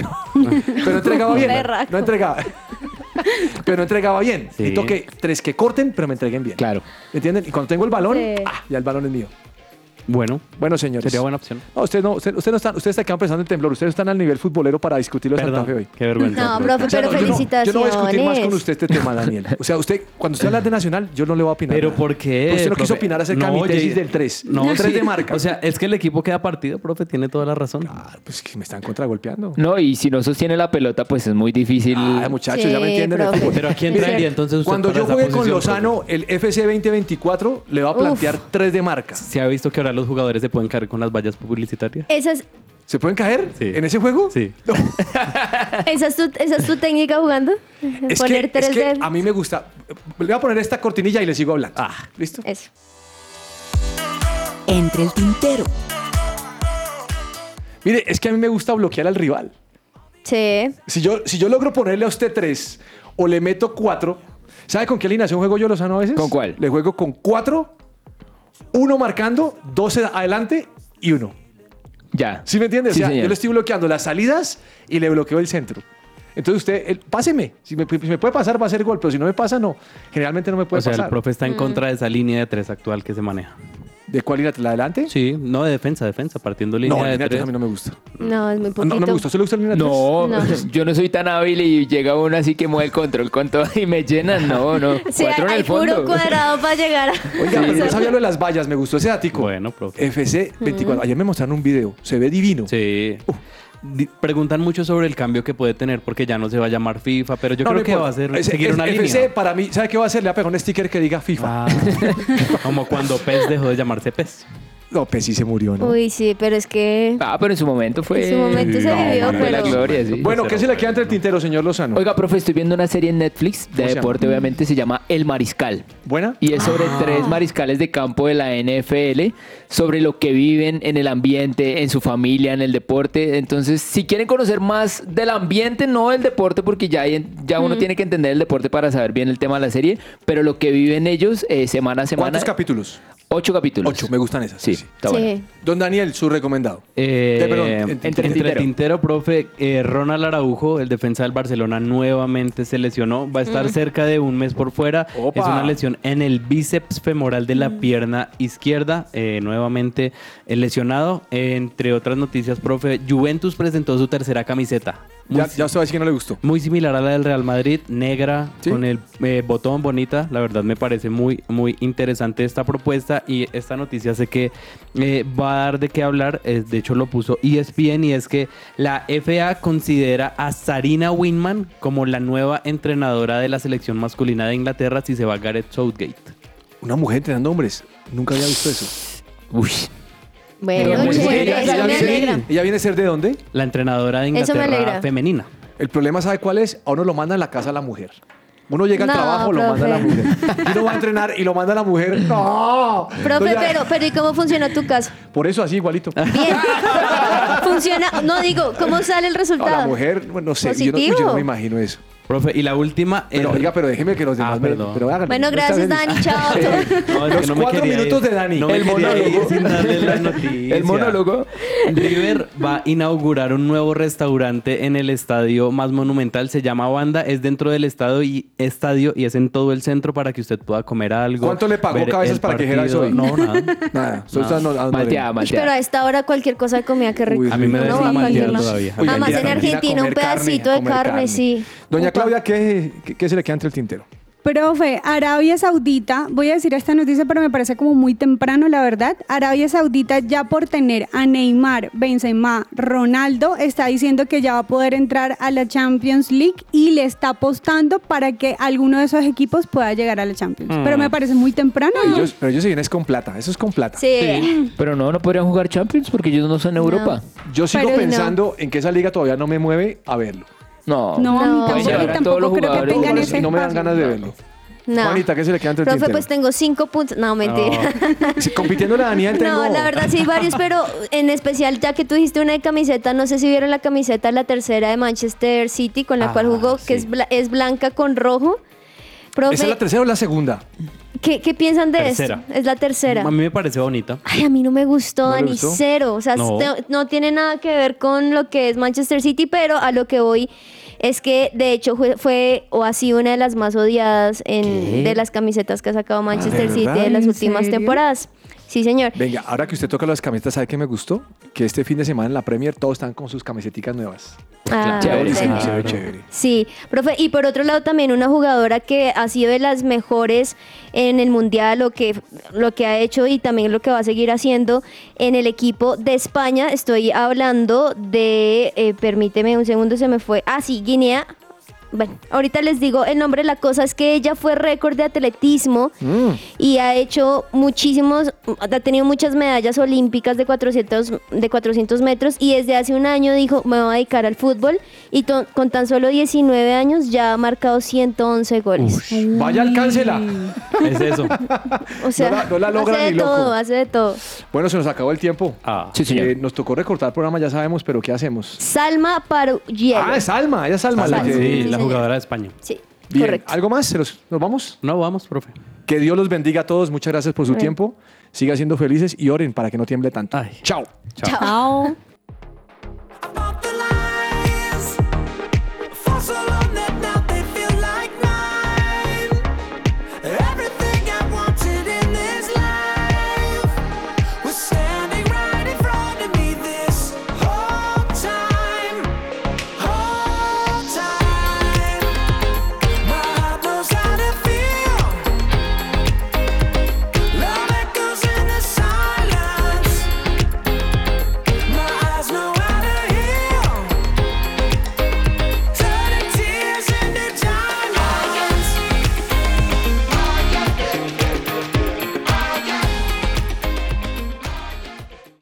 [SPEAKER 2] Pero entregaba bien.
[SPEAKER 3] Berraco.
[SPEAKER 2] No entregaba. pero no entregaba bien.
[SPEAKER 4] Sí.
[SPEAKER 2] Necesito que tres que corten, pero me entreguen bien.
[SPEAKER 5] Claro.
[SPEAKER 2] ¿Me entienden? Y cuando tengo el balón,
[SPEAKER 3] Sí.
[SPEAKER 2] ah, ya el balón es mío.
[SPEAKER 4] bueno, pues,
[SPEAKER 2] Bueno, señores.
[SPEAKER 4] sería buena opción.
[SPEAKER 2] No, ustedes no, usted, usted no están, ustedes se quedan pensando en temblor, ustedes están al nivel futbolero para discutirlo en Santa Fe hoy.
[SPEAKER 4] Perdón, qué vergüenza.
[SPEAKER 3] No, profe,
[SPEAKER 2] O sea,
[SPEAKER 3] pero
[SPEAKER 2] no, yo no-
[SPEAKER 3] felicitaciones.
[SPEAKER 2] Yo no voy a discutir más con usted este tema, Daniel. O sea, usted, cuando usted habla de Nacional, yo no le voy a opinar.
[SPEAKER 4] Pero
[SPEAKER 2] nada.
[SPEAKER 4] ¿por qué?
[SPEAKER 2] Usted no quiso
[SPEAKER 4] profe?
[SPEAKER 2] opinar acerca de mi tesis
[SPEAKER 4] oye,
[SPEAKER 2] del 3.
[SPEAKER 4] No,
[SPEAKER 2] el 3
[SPEAKER 4] sí.
[SPEAKER 2] de marca.
[SPEAKER 4] O sea, eh, es que el equipo queda partido, profe, tiene toda la razón.
[SPEAKER 2] Ah, pues que me están contragolpeando.
[SPEAKER 5] No, y si no sostiene la pelota, pues es muy difícil.
[SPEAKER 2] Ay, Ah, muchachos, ya me
[SPEAKER 3] Sí,
[SPEAKER 2] entienden. el
[SPEAKER 3] profe.
[SPEAKER 2] fútbol.
[SPEAKER 4] Pero ¿a quién
[SPEAKER 2] Mire,
[SPEAKER 4] traería entonces usted
[SPEAKER 2] Cuando
[SPEAKER 4] para
[SPEAKER 2] yo
[SPEAKER 4] esa
[SPEAKER 2] juegue con
[SPEAKER 4] posición,
[SPEAKER 2] Lozano, el FC 2024 le va a
[SPEAKER 3] Uf.
[SPEAKER 2] plantear 3 de marca.
[SPEAKER 4] Se ha visto que ahora los jugadores se pueden caer con las vallas publicitarias.
[SPEAKER 3] Esa es,
[SPEAKER 2] ¿Se pueden caer
[SPEAKER 4] Sí.
[SPEAKER 2] en ese juego?
[SPEAKER 4] Sí.
[SPEAKER 2] No.
[SPEAKER 3] esa es tu, esa es tu técnica jugando.
[SPEAKER 2] Es que,
[SPEAKER 3] Poner tres
[SPEAKER 2] es que
[SPEAKER 3] de-
[SPEAKER 2] a mí me gusta. Le voy a poner esta cortinilla y le sigo hablando.
[SPEAKER 4] Ah.
[SPEAKER 2] ¿Listo?
[SPEAKER 3] Eso.
[SPEAKER 1] Entre el tintero.
[SPEAKER 2] Mire, es que a mí me gusta bloquear al rival.
[SPEAKER 3] Sí.
[SPEAKER 2] Si yo, si yo logro ponerle a usted tres o le meto cuatro, ¿sabe con qué alineación juego yo Lozano a veces?
[SPEAKER 5] ¿Con cuál?
[SPEAKER 2] Le juego con cuatro, uno marcando, dos adelante y uno.
[SPEAKER 5] Ya.
[SPEAKER 2] ¿Sí me entiendes? o
[SPEAKER 5] Sí,
[SPEAKER 2] sea,
[SPEAKER 5] señor.
[SPEAKER 2] yo le estoy bloqueando las salidas y le bloqueo el centro. Entonces usted, el- páseme. Si me, si me puede pasar, va a ser gol, pero si no me pasa, no. Generalmente no me puede
[SPEAKER 4] O sea,
[SPEAKER 2] pasar.
[SPEAKER 4] el profe está en
[SPEAKER 3] Mm.
[SPEAKER 4] contra de esa línea de tres actual que se maneja.
[SPEAKER 2] ¿De cuál ir ¿La adelante?
[SPEAKER 4] Sí, no de defensa, defensa, partiendo línea
[SPEAKER 2] No, la
[SPEAKER 4] de
[SPEAKER 2] línea tres
[SPEAKER 4] tres.
[SPEAKER 2] a mí no me gusta.
[SPEAKER 3] No, es muy
[SPEAKER 2] No,
[SPEAKER 3] poquito.
[SPEAKER 2] no me gusta. ¿Usted le gusta la línea tres?
[SPEAKER 5] No, pues,
[SPEAKER 3] No.
[SPEAKER 5] yo no soy tan hábil y llega uno así que mueve el control con todo y me llenan. No, no.
[SPEAKER 3] Sí,
[SPEAKER 5] Cuatro en
[SPEAKER 3] hay,
[SPEAKER 5] el
[SPEAKER 3] hay
[SPEAKER 5] fondo.
[SPEAKER 3] puro cuadrado para llegar. a-
[SPEAKER 2] Oiga, pero yo sabía lo de las vallas, me gustó ese datico.
[SPEAKER 4] Bueno, profe.
[SPEAKER 2] FC 24. Ayer me mostraron un video. Se ve divino.
[SPEAKER 4] Sí. Di- Preguntan mucho sobre el cambio que puede tener porque ya no se va a llamar FIFA, pero yo
[SPEAKER 2] No,
[SPEAKER 4] creo
[SPEAKER 2] no
[SPEAKER 4] que
[SPEAKER 2] importa.
[SPEAKER 4] va a ser
[SPEAKER 2] Ese-
[SPEAKER 4] seguir
[SPEAKER 2] ese-
[SPEAKER 4] una
[SPEAKER 2] FC
[SPEAKER 4] línea.
[SPEAKER 2] para mí, ¿sabe qué va a hacer? Le va a pegar un sticker que diga FIFA.
[SPEAKER 4] Ah, como cuando PES dejó de llamarse PES.
[SPEAKER 2] No, pues sí se murió, ¿no?
[SPEAKER 3] Uy, sí, pero es que.
[SPEAKER 5] Ah, pero en su momento fue.
[SPEAKER 3] En su momento se vivió,
[SPEAKER 5] fue la
[SPEAKER 3] pero-
[SPEAKER 5] gloria, sí.
[SPEAKER 2] bueno, ¿qué
[SPEAKER 4] Cero,
[SPEAKER 2] se le queda entre el
[SPEAKER 4] bueno.
[SPEAKER 2] tintero, señor Lozano?
[SPEAKER 5] Oiga, profe, estoy viendo una serie en Netflix de
[SPEAKER 2] ¿Cómo se
[SPEAKER 5] deporte, obviamente, se llama El Mariscal.
[SPEAKER 2] ¿Buena?
[SPEAKER 5] Y es sobre
[SPEAKER 2] Ah.
[SPEAKER 5] tres mariscales de campo de la NFL, sobre lo que viven en el ambiente, en su familia, en el deporte. Entonces, si quieren conocer más del ambiente, no del deporte, porque ya, hay en- ya uno tiene que entender el deporte para saber bien el tema de la serie, pero lo que viven ellos eh, semana a semana.
[SPEAKER 2] ¿Cuántos capítulos?
[SPEAKER 5] Ocho capítulos.
[SPEAKER 2] Ocho, me gustan esas.
[SPEAKER 5] Sí,
[SPEAKER 2] sí.
[SPEAKER 5] está bueno.
[SPEAKER 2] Don Daniel, su recomendado.
[SPEAKER 4] Eh,
[SPEAKER 2] Eh, perdón, en-
[SPEAKER 4] entre,
[SPEAKER 2] entre
[SPEAKER 4] tintero.
[SPEAKER 2] tintero.
[SPEAKER 4] profe, eh, Ronald Araujo, el defensa del Barcelona, nuevamente se lesionó. Va a
[SPEAKER 2] Mm.
[SPEAKER 4] estar cerca de un mes por fuera.
[SPEAKER 2] Opa.
[SPEAKER 4] Es una lesión en el bíceps femoral de la
[SPEAKER 2] Mm.
[SPEAKER 4] pierna izquierda. eh, nuevamente eh, lesionado. Entre otras noticias, profe, Juventus presentó su tercera camiseta. Muy
[SPEAKER 2] Ya, ya usted va a decir que no le gustó.
[SPEAKER 4] muy similar a la del Real Madrid, negra,
[SPEAKER 2] Sí.
[SPEAKER 4] con el eh, botón bonita. La verdad me parece muy, muy interesante esta propuesta y esta noticia sé que eh, va a dar de qué hablar. Eh, de hecho lo puso ESPN y es que la FA considera a Sarina Winman como la nueva entrenadora de la selección masculina de Inglaterra si se va Gareth Southgate.
[SPEAKER 2] Una mujer entrenando hombres. Nunca había visto eso.
[SPEAKER 5] Uy.
[SPEAKER 3] Bueno,
[SPEAKER 5] Muy
[SPEAKER 3] chévere,
[SPEAKER 5] bien.
[SPEAKER 3] eso me
[SPEAKER 2] viene-
[SPEAKER 3] alegra.
[SPEAKER 2] ella viene a ser de dónde?
[SPEAKER 4] La entrenadora de
[SPEAKER 3] Eso me
[SPEAKER 4] Inglaterra
[SPEAKER 3] alegra.
[SPEAKER 4] femenina.
[SPEAKER 2] El problema, ¿sabe cuál es? A uno lo manda a la casa a la mujer. Uno llega al
[SPEAKER 3] No,
[SPEAKER 2] trabajo, lo manda a la
[SPEAKER 3] profe.
[SPEAKER 2] mujer. Y uno va a entrenar y lo manda a la mujer. ¡No!
[SPEAKER 3] Profe,
[SPEAKER 2] Entonces,
[SPEAKER 3] pero, pero ¿y cómo funciona tu caso?
[SPEAKER 2] Por eso así, igualito.
[SPEAKER 3] Bien. Funciona. No digo, ¿cómo sale el
[SPEAKER 2] No, la
[SPEAKER 3] resultado?
[SPEAKER 2] mujer, bueno, no sé. Yo no,
[SPEAKER 3] Positivo.
[SPEAKER 2] yo no me imagino eso.
[SPEAKER 4] Profe, y la última... eh,
[SPEAKER 2] Pero,
[SPEAKER 4] el-
[SPEAKER 2] oiga, pero déjeme que los demás
[SPEAKER 4] Ah,
[SPEAKER 2] me-
[SPEAKER 4] perdón.
[SPEAKER 2] pero háganlo.
[SPEAKER 3] Bueno,
[SPEAKER 2] No
[SPEAKER 3] gracias,
[SPEAKER 2] está bien.
[SPEAKER 3] Dani. Chao.
[SPEAKER 4] No, es
[SPEAKER 2] Los
[SPEAKER 4] que no me
[SPEAKER 2] cuatro
[SPEAKER 4] quería
[SPEAKER 2] minutos
[SPEAKER 4] ir.
[SPEAKER 2] de Dani.
[SPEAKER 4] No me
[SPEAKER 2] El
[SPEAKER 4] quería ir
[SPEAKER 2] monólogo.
[SPEAKER 4] sin darle la noticia.
[SPEAKER 5] El monólogo.
[SPEAKER 4] River va a inaugurar un nuevo restaurante en el estadio más monumental. Se llama Banda. Es dentro del estadio y, estadio y es en todo el centro para que usted pueda comer algo.
[SPEAKER 2] ¿Cuánto le pagó
[SPEAKER 4] ver
[SPEAKER 2] Cabezas
[SPEAKER 4] el
[SPEAKER 2] para que dijera
[SPEAKER 4] partido.
[SPEAKER 2] eso hoy?
[SPEAKER 4] No, nada.
[SPEAKER 2] Nada, estoy usando- usando-
[SPEAKER 5] Malteada,
[SPEAKER 3] Uy, pero
[SPEAKER 5] malteada.
[SPEAKER 3] a esta hora cualquier cosa de comida que rico.
[SPEAKER 2] Uy,
[SPEAKER 4] A mí me
[SPEAKER 3] Uno
[SPEAKER 4] da
[SPEAKER 3] va a
[SPEAKER 4] sin
[SPEAKER 3] cualquier
[SPEAKER 4] mantear
[SPEAKER 3] lado.
[SPEAKER 4] todavía.
[SPEAKER 2] Uy,
[SPEAKER 3] Además,
[SPEAKER 2] Argentina,
[SPEAKER 3] en Argentina un
[SPEAKER 2] comer carne,
[SPEAKER 3] pedacito de
[SPEAKER 2] comer
[SPEAKER 3] carne, sí.
[SPEAKER 2] Doña
[SPEAKER 3] Upa.
[SPEAKER 2] Claudia, ¿qué, qué, qué se le queda entre el tintero?
[SPEAKER 6] Profe, Arabia Saudita, voy a decir esta noticia, pero me parece como muy temprano, la verdad. Arabia Saudita ya por tener a Neymar, Benzema, Ronaldo, está diciendo que ya va a poder entrar a la Champions League y le está apostando para que alguno de esos equipos pueda llegar a la Champions. Pero me parece muy temprano, ¿no?
[SPEAKER 2] Mm. Ellos- pero ellos se vienen es con plata, eso es con plata.
[SPEAKER 3] Sí.
[SPEAKER 5] Pero no, no podrían jugar Champions porque ellos no son en Europa.
[SPEAKER 2] Yo sigo
[SPEAKER 6] Pero no.
[SPEAKER 2] pensando en que esa liga todavía no me mueve a verlo.
[SPEAKER 5] No.
[SPEAKER 6] No, a mí
[SPEAKER 3] No.
[SPEAKER 5] Pueden
[SPEAKER 6] tampoco,
[SPEAKER 5] llevar
[SPEAKER 6] y
[SPEAKER 5] a todos los
[SPEAKER 6] tampoco creo que
[SPEAKER 5] jugadores
[SPEAKER 6] tengan
[SPEAKER 2] No,
[SPEAKER 6] ese
[SPEAKER 2] no me dan
[SPEAKER 6] espacio.
[SPEAKER 2] ganas de verlo.
[SPEAKER 3] No.
[SPEAKER 2] Juanita, ¿qué se le queda entre el
[SPEAKER 3] Profe,
[SPEAKER 2] tintero?
[SPEAKER 3] pues tengo cinco puntos. No, mentira.
[SPEAKER 2] Si compitiendo la Daniel tengo...
[SPEAKER 3] No, la verdad sí hay varios, pero en especial ya que tú dijiste una de camiseta, no sé si vieron la camiseta, la tercera de Manchester City con la
[SPEAKER 4] Ah,
[SPEAKER 3] cual jugó,
[SPEAKER 4] sí.
[SPEAKER 3] que es, bla- es blanca con rojo. Profe,
[SPEAKER 2] ¿Esa es la tercera o la segunda?
[SPEAKER 3] ¿qué, qué piensan de
[SPEAKER 4] Tercera.
[SPEAKER 3] esto? Es la tercera.
[SPEAKER 4] A mí me parece bonita.
[SPEAKER 3] Ay, a mí no me gustó,
[SPEAKER 2] ¿No le
[SPEAKER 3] Dani,
[SPEAKER 2] gustó?
[SPEAKER 3] cero. O sea,
[SPEAKER 4] No.
[SPEAKER 3] este- no tiene nada que ver con lo que es Manchester City, pero a lo que voy es que de hecho fue, fue o ha sido una de las más odiadas en, de las camisetas que ha sacado Manchester
[SPEAKER 2] ¿verdad?
[SPEAKER 3] City de las
[SPEAKER 6] ¿En
[SPEAKER 3] últimas
[SPEAKER 6] serio?
[SPEAKER 3] temporadas. Sí, señor.
[SPEAKER 2] Venga, ahora que usted toca las camisetas, ¿sabe qué me gustó? Que este fin de semana en la Premier todos están con sus camiseticas nuevas.
[SPEAKER 3] Ah,
[SPEAKER 5] Chévere,
[SPEAKER 3] bueno.
[SPEAKER 2] Buenísimo,
[SPEAKER 5] sí.
[SPEAKER 2] chévere, chévere.
[SPEAKER 3] Sí, profe, y por otro lado también una jugadora que ha sido de las mejores en el mundial, lo que, lo que ha hecho y también lo que va a seguir haciendo en el equipo de España. Estoy hablando de, eh, permíteme un segundo, se me fue. Ah, sí, Guinea. Bueno, ahorita les digo el nombre, la cosa es que ella fue récord de atletismo
[SPEAKER 2] Mm.
[SPEAKER 3] y ha hecho muchísimos, ha tenido muchas medallas olímpicas de 400, de 400 metros y desde hace un año dijo, me voy a dedicar al fútbol y to- con tan solo 19 años ya ha marcado 111 goles.
[SPEAKER 2] Vaya, alcáncela.
[SPEAKER 4] Es eso.
[SPEAKER 3] o sea,
[SPEAKER 2] no la- no la logra
[SPEAKER 3] hace de
[SPEAKER 2] ni loco.
[SPEAKER 3] todo, hace de todo.
[SPEAKER 2] Bueno, se nos acabó el tiempo.
[SPEAKER 4] Ah.
[SPEAKER 5] Sí, señor.
[SPEAKER 2] Eh, nos tocó recortar el programa, ya sabemos, pero ¿qué hacemos?
[SPEAKER 3] Salma Parugiel.
[SPEAKER 2] Ah, es Alma, ella es Alma. la
[SPEAKER 3] Salma,
[SPEAKER 2] que-
[SPEAKER 4] Sí,
[SPEAKER 3] sí,
[SPEAKER 4] la
[SPEAKER 3] señor.
[SPEAKER 4] jugadora de España.
[SPEAKER 3] Sí,
[SPEAKER 2] Bien,
[SPEAKER 3] correcto.
[SPEAKER 2] ¿algo más? ¿Se los- ¿Nos vamos?
[SPEAKER 4] No, vamos, profe.
[SPEAKER 2] Que Dios los bendiga a todos, muchas gracias por su tiempo. Siga siendo felices y oren para que no tiemble tanto.
[SPEAKER 4] Ay.
[SPEAKER 2] Chao.
[SPEAKER 3] Chao.